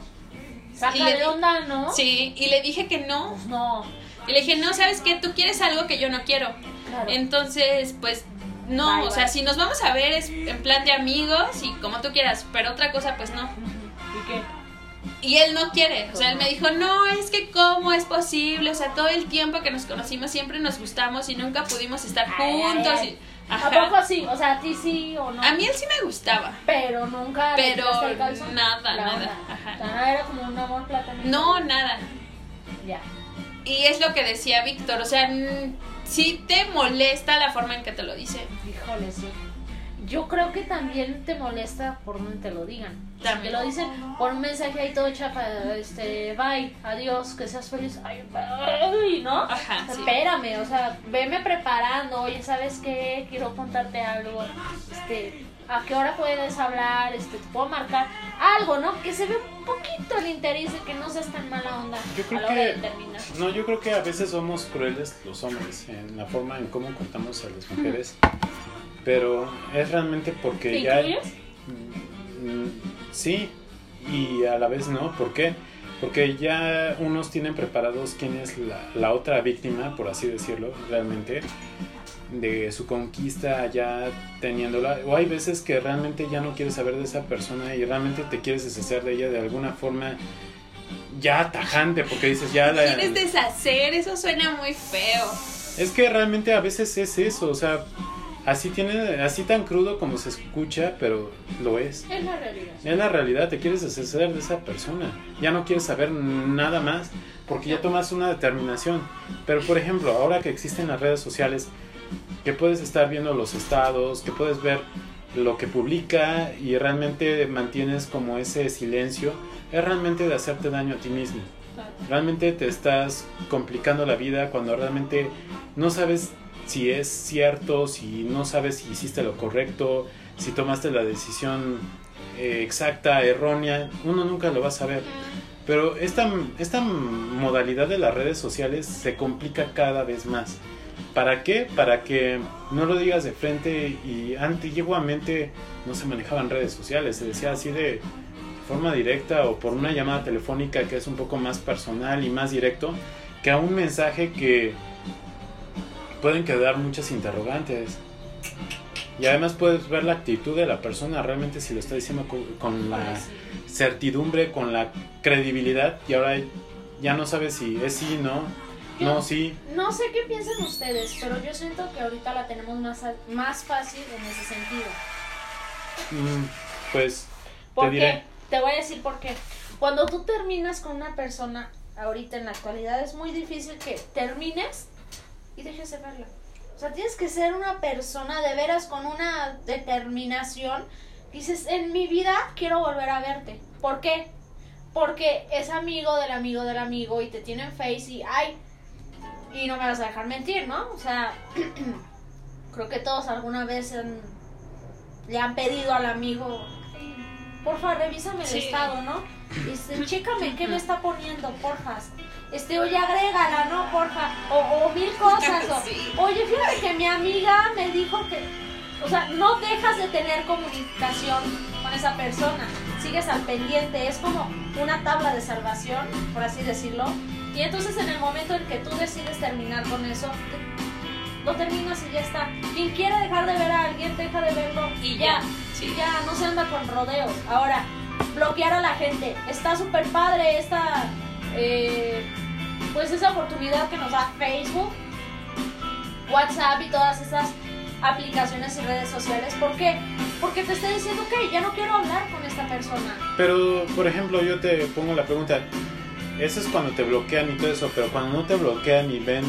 Y
Saca
le di-
de onda, ¿no?
Sí, y le dije que no,
Pues no.
y le dije, no, ¿sabes qué? Tú quieres algo que yo no quiero.
Claro.
Entonces, pues, no,
Bye,
o
bye.
sea, si nos vamos a ver es en plan de amigos y como tú quieras, pero otra cosa, pues no.
¿Y qué?
Y él no quiere, o sea, él me dijo, no, es que cómo es posible, o sea, todo el tiempo que nos conocimos siempre nos gustamos y nunca pudimos estar
Ay, ay,
juntos.
ay.
y-
¿A
Ajá.
poco sí? O sea, ¿a ti sí o no?
A mí él sí me gustaba,
Pero nunca. le
pero
quitaste el calzón.
nada,
La
nada.
onda. O sea,
Ajá.
nada, era como un amor platónico.
No, nada.
Ya.
Y es lo que decía Víctor, o sea, mm, sí te molesta la forma en que te lo dice.
Híjole, sí. Yo creo que también te molesta por donde te lo digan. Que lo dicen por un mensaje ahí todo chafa, este, bye, adiós, que seas feliz. Ay, bye, ¿no?
Ajá, Ah, sí.
Espérame, o sea, veme preparando, oye, ¿sabes qué? Quiero contarte algo, este, ¿a qué hora puedes hablar? Este, ¿te puedo marcar? Algo, ¿no? Que se ve un poquito el interés y que no seas tan mala onda
Yo creo
a la hora
que-
de terminar.
No, yo creo que a veces somos crueles los hombres en la forma en cómo contamos a las mujeres,
Hmm.
pero es realmente porque
¿Te
ya...
incluyes?
Mm, Sí, y a la vez no. ¿Por qué? Porque ya unos tienen preparados quién es la, la otra víctima, por así decirlo, realmente, de su conquista ya teniéndola. O hay veces que realmente ya no quieres saber de esa persona y realmente te quieres deshacer de ella de alguna forma ya tajante, porque dices ya la...
¿Quieres deshacer? Eso suena muy feo.
Es que realmente a veces es eso, o sea, así, tiene, así tan crudo como se escucha, pero lo es.
Es la realidad.
Es la realidad, te quieres deshacer de esa persona. Ya no quieres saber nada más porque ya tomas una determinación. Pero por ejemplo, ahora que existen las redes sociales, que puedes estar viendo los estados, que puedes ver lo que publica y realmente mantienes como ese silencio, es realmente de hacerte daño a ti mismo. Realmente te estás complicando la vida cuando realmente no sabes si es cierto, si no sabes si hiciste lo correcto, si tomaste la decisión eh, exacta, errónea, uno nunca lo va a saber. Pero esta, esta modalidad de las redes sociales se complica cada vez más. ¿Para qué? Para que no lo digas de frente y antiguamente no se manejaban redes sociales, se decía así de forma directa o por una llamada telefónica que es un poco más personal y más directo que a un mensaje que pueden quedar muchas interrogantes. Y además puedes ver la actitud de la persona realmente si lo está diciendo con, con
Pues
la certidumbre, con la credibilidad y ahora ya no sabes si es sí, no, no, sí.
No sé qué piensan ustedes, pero yo siento que ahorita la tenemos más, a- más fácil en ese sentido.
Mm, Pues
¿Por
Te
qué?
diré.
Te voy a decir por qué. Cuando tú terminas con una persona, ahorita en la actualidad es muy difícil que termines y dejes de verla. O sea, tienes que ser una persona de veras con una determinación. Dices, en mi vida quiero volver a verte. ¿Por qué? Porque es amigo del amigo del amigo y te tienen face y ay. Y no me vas a dejar mentir, ¿no? O sea, creo que todos alguna vez han- le han pedido al amigo, porfa, revísame
Sí.
el estado, ¿no? Este, chécame qué me está poniendo, porfa. Este, oye, agrégala, ¿no? Porfa. O, o mil cosas. o-
Sí.
Oye, fíjate que mi amiga me dijo que, o sea, no dejas de tener comunicación con esa persona, sigues al pendiente, es como una tabla de salvación, por así decirlo. Y entonces en el momento en que tú decides terminar con eso, te- lo terminas y ya está. Quien quiera dejar de ver a alguien, deja de verlo y ya.
Sí.
Ya, no se anda con rodeos. Ahora, bloquear a la gente. Está súper padre esta. eh, pues esa oportunidad que nos da Facebook, WhatsApp y todas esas aplicaciones y redes sociales. ¿Por qué? Porque te está diciendo que ya no quiero hablar con esta persona.
Pero, por ejemplo, yo te pongo la pregunta, eso es cuando te bloquean y todo eso, pero cuando no te bloquean y ven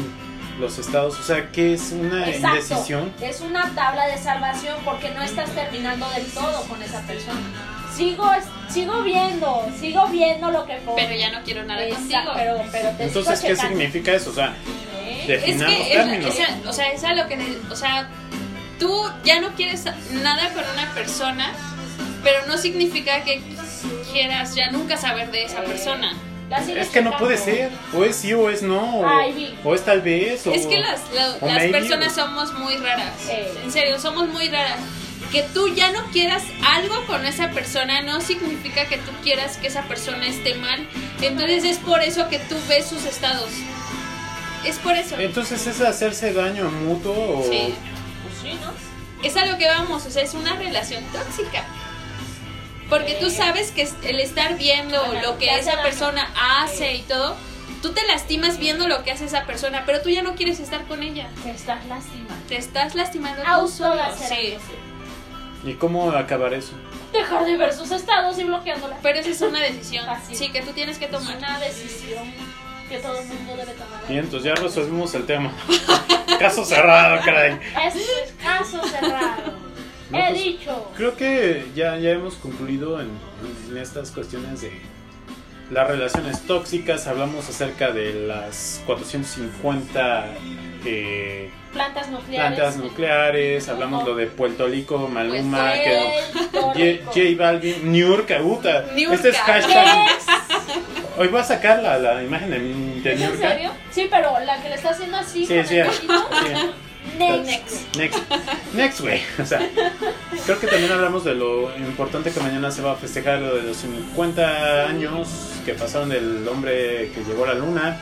los estados, o sea, ¿qué es una
Exacto.
indecisión?
Es una tabla de salvación porque no estás terminando del todo con esa persona. Sigo, sigo viendo, sigo viendo lo que
Pero
pongo.
ya no quiero nada
Esa-
contigo.
Pero, pero te sigo
Entonces, ¿qué
checando.
significa eso? O sea,
¿Eh?
Es
definar los
que, es,
términos.
esa- o sea, es a lo que, ne- o sea, tú ya no quieres nada con una persona, pero no significa que quieras ya nunca saber de esa
Eh,
persona.
La sigues
Es que no
checando.
puede ser, o es sí o es no, o,
Ay, vi.
o es tal vez, o...
Es que las, la-
Eh, o
las
maybe,
personas
o-
somos muy raras.
Eh.
En serio, somos muy raras. Que tú ya no quieras algo con esa persona no significa que tú quieras que esa persona esté mal. Entonces es por eso que tú ves sus estados. Es por eso.
Entonces, ¿es hacerse daño mutuo o...?
Sí.
Pues sí, ¿no?
es a lo que vamos, o sea, es una relación tóxica. Porque tú sabes que es- el estar viendo
Ajá,
lo que
te hace
esa
daño.
persona hace y todo, tú te lastimas viendo lo que hace esa persona, pero tú ya no quieres estar con ella.
Te estás lastimando.
Te estás lastimando tú solo. Sí.
Autolacerando.
¿Y cómo acabar eso?
Dejar de ver sus estados y bloqueándola.
Pero esa es una decisión,
Así.
sí, que tú tienes que
Es
tomar.
una decisión que todo el mundo debe tomar.
Bien, entonces ya resolvimos el tema. Caso cerrado, caray.
Este es caso cerrado.
No,
He
pues,
dicho.
Creo que ya, ya hemos concluido en, en estas cuestiones de las relaciones tóxicas. Hablamos acerca de las 450 eh,
Plantas nucleares.
plantas nucleares. Hablamos lo de Puerto Rico, Maluma,
Pues,
que,
eh, Puerto
J,
Rico.
J Balvin, Niurka, puta.
Niurka.
Este es hashtag.
¿Qué?
Hoy voy a sacar la, la imagen de, de
¿Es en
Niurka.
serio? Sí, pero la que le está haciendo así.
Sí,
con
sí,
el
sí.
dedito. Next.
Next. Next. Next, güey. O sea, creo que también hablamos de lo importante que mañana se va a festejar lo de los 50 años que pasaron del hombre que llegó a la luna.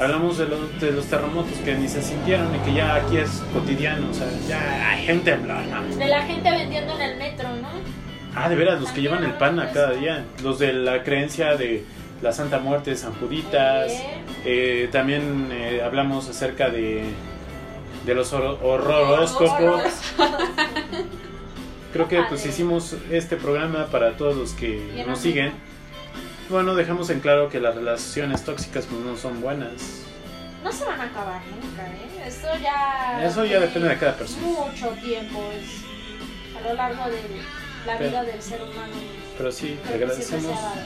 Hablamos de los, de los terremotos que ni se sintieron y que ya aquí es cotidiano. O sea, ya hay gente hablando.
De la gente vendiendo en el metro, ¿no?
Ah, de veras, los que llevan el pan a cada día. Los de la creencia de la Santa Muerte, San Juditas. Eh, también eh, hablamos acerca de, de los hor- horroróscopos. Creo que pues hicimos este programa para todos los que
Bien,
nos siguen. Bueno, dejamos en claro que las relaciones tóxicas pues, no son buenas.
No se van a acabar nunca, ¿eh? Esto ya.
Eso ya depende de cada persona.
Mucho tiempo es a lo largo de la
Pero-
vida del ser humano.
Pero sí,
Creo que siempre se
agradecemos,
ha dado.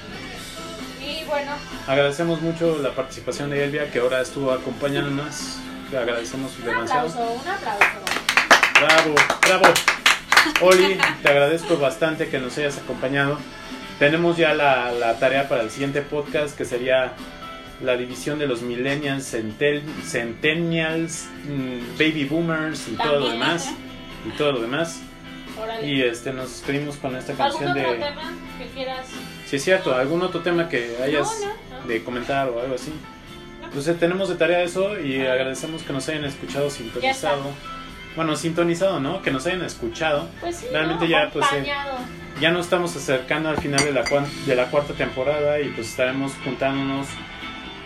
Y bueno,
agradecemos mucho la participación de Elvia que ahora estuvo acompañándonos. Le agradecemos
un
demasiado.
aplauso, un aplauso.
Bravo, bravo. Oli, te agradezco bastante que nos hayas acompañado. Tenemos ya la, la tarea para el siguiente podcast que sería la división de los millennials, centel- centennials, mm, baby boomers y todo lo
También. ¿eh?
demás. Y todo lo demás.
Órale.
Y este, nos despedimos con esta
¿Algún
canción
otro
de...
tema que quieras?
Si es cierto, algún otro tema que hayas
No, no, no.
de comentar o algo así. Entonces tenemos de tarea eso y agradecemos que nos hayan escuchado,
Ah. está.
sintonizado. Bueno, sintonizado, ¿no? Que nos hayan escuchado.
Pues sí,
Realmente
¿no?
ya, pues, eh,
Acompañado.
Ya nos estamos acercando al final de la, cuan- de la cuarta temporada y pues estaremos juntándonos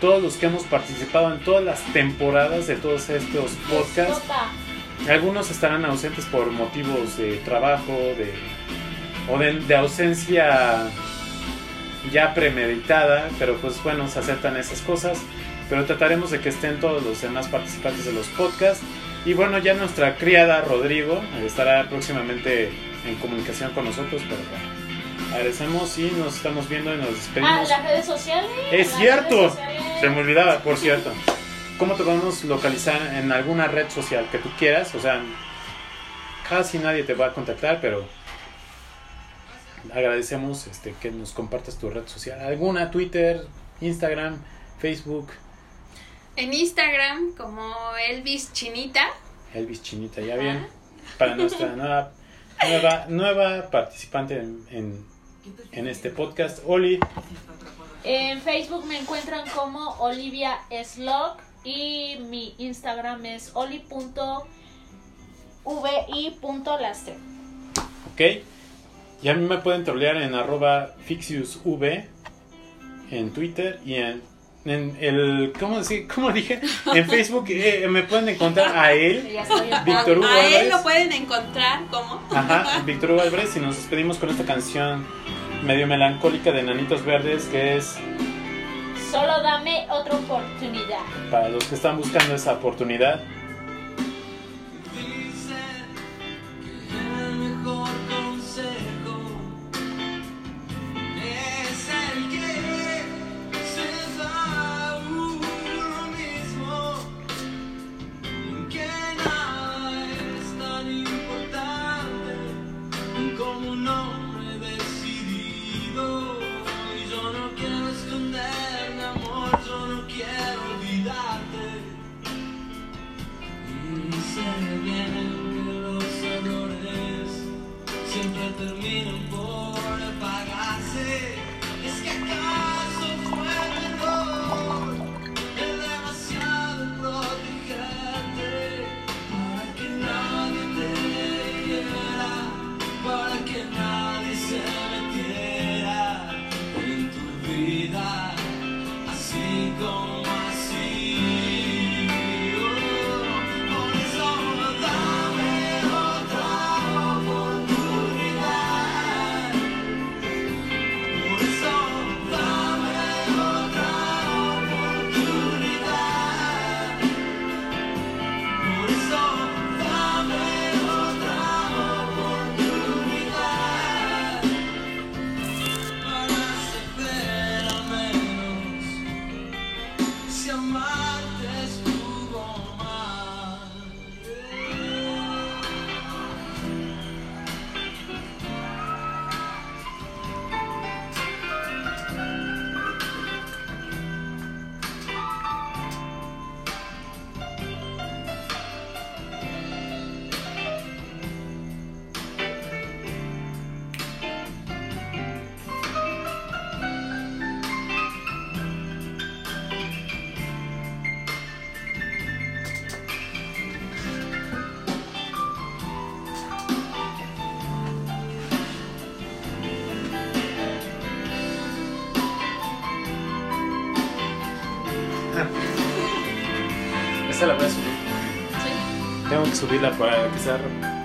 todos los que hemos participado en todas las temporadas de todos estos podcasts.
Disfruta.
Algunos estarán ausentes por motivos de trabajo, de o de, de ausencia ya premeditada, pero pues bueno, se aceptan esas cosas. Pero trataremos de que estén todos los demás participantes de los podcasts. Y bueno, ya nuestra criada Rodrigo estará próximamente en comunicación con nosotros, pero bueno. Agradecemos y nos estamos viendo y nos
Ah,
despedimos.
las redes sociales.
¡Es
las
cierto!
redes sociales.
Se me olvidaba, por cierto. ¿Cómo te podemos localizar en alguna red social que tú quieras? O sea, casi nadie te va a contactar, pero agradecemos este, que nos compartas tu red social. ¿Alguna? Twitter, Instagram, Facebook,
En Instagram como Elvis Chinita.
Elvis Chinita, ya bien. Para nuestra nueva, nueva, nueva participante en, en- en este podcast, Oli.
En Facebook me encuentran como Olivia Slog y mi Instagram es oli.vi.lastre.
¿Ok? Y a mí me pueden trolear en arroba fixiusv en Twitter y en, en el... ¿Cómo, decir? ¿Cómo dije? En Facebook eh, me pueden encontrar a él.
Ya estoy en-
Víctor Hugo
a él
Álvarez.
lo pueden encontrar como
Ajá, Víctor Hugo Álvarez y nos despedimos con esta canción medio melancólica de Nanitos Verdes que es
Solo dame otra oportunidad.
para los que están buscando esa oportunidad.
Dicen que el mejor consejo es el que se da uno mismo, que nada es tan importante como un hombre decidido. Y yo no quiero esconderme, amor, yo no quiero olvidarte. Y sé bien que los errores siempre terminan por apagarse. Es que acaso fue mejor el demasiado protegerte para que nadie te viera, para que nadie se metiera en tu vida, así Assim como así. Por eso dame otra oportunidad. Por eso dame otra oportunidad. Por eso dame otra oportunidad.
Esta la voy a subir.
Tengo que subirla para que sea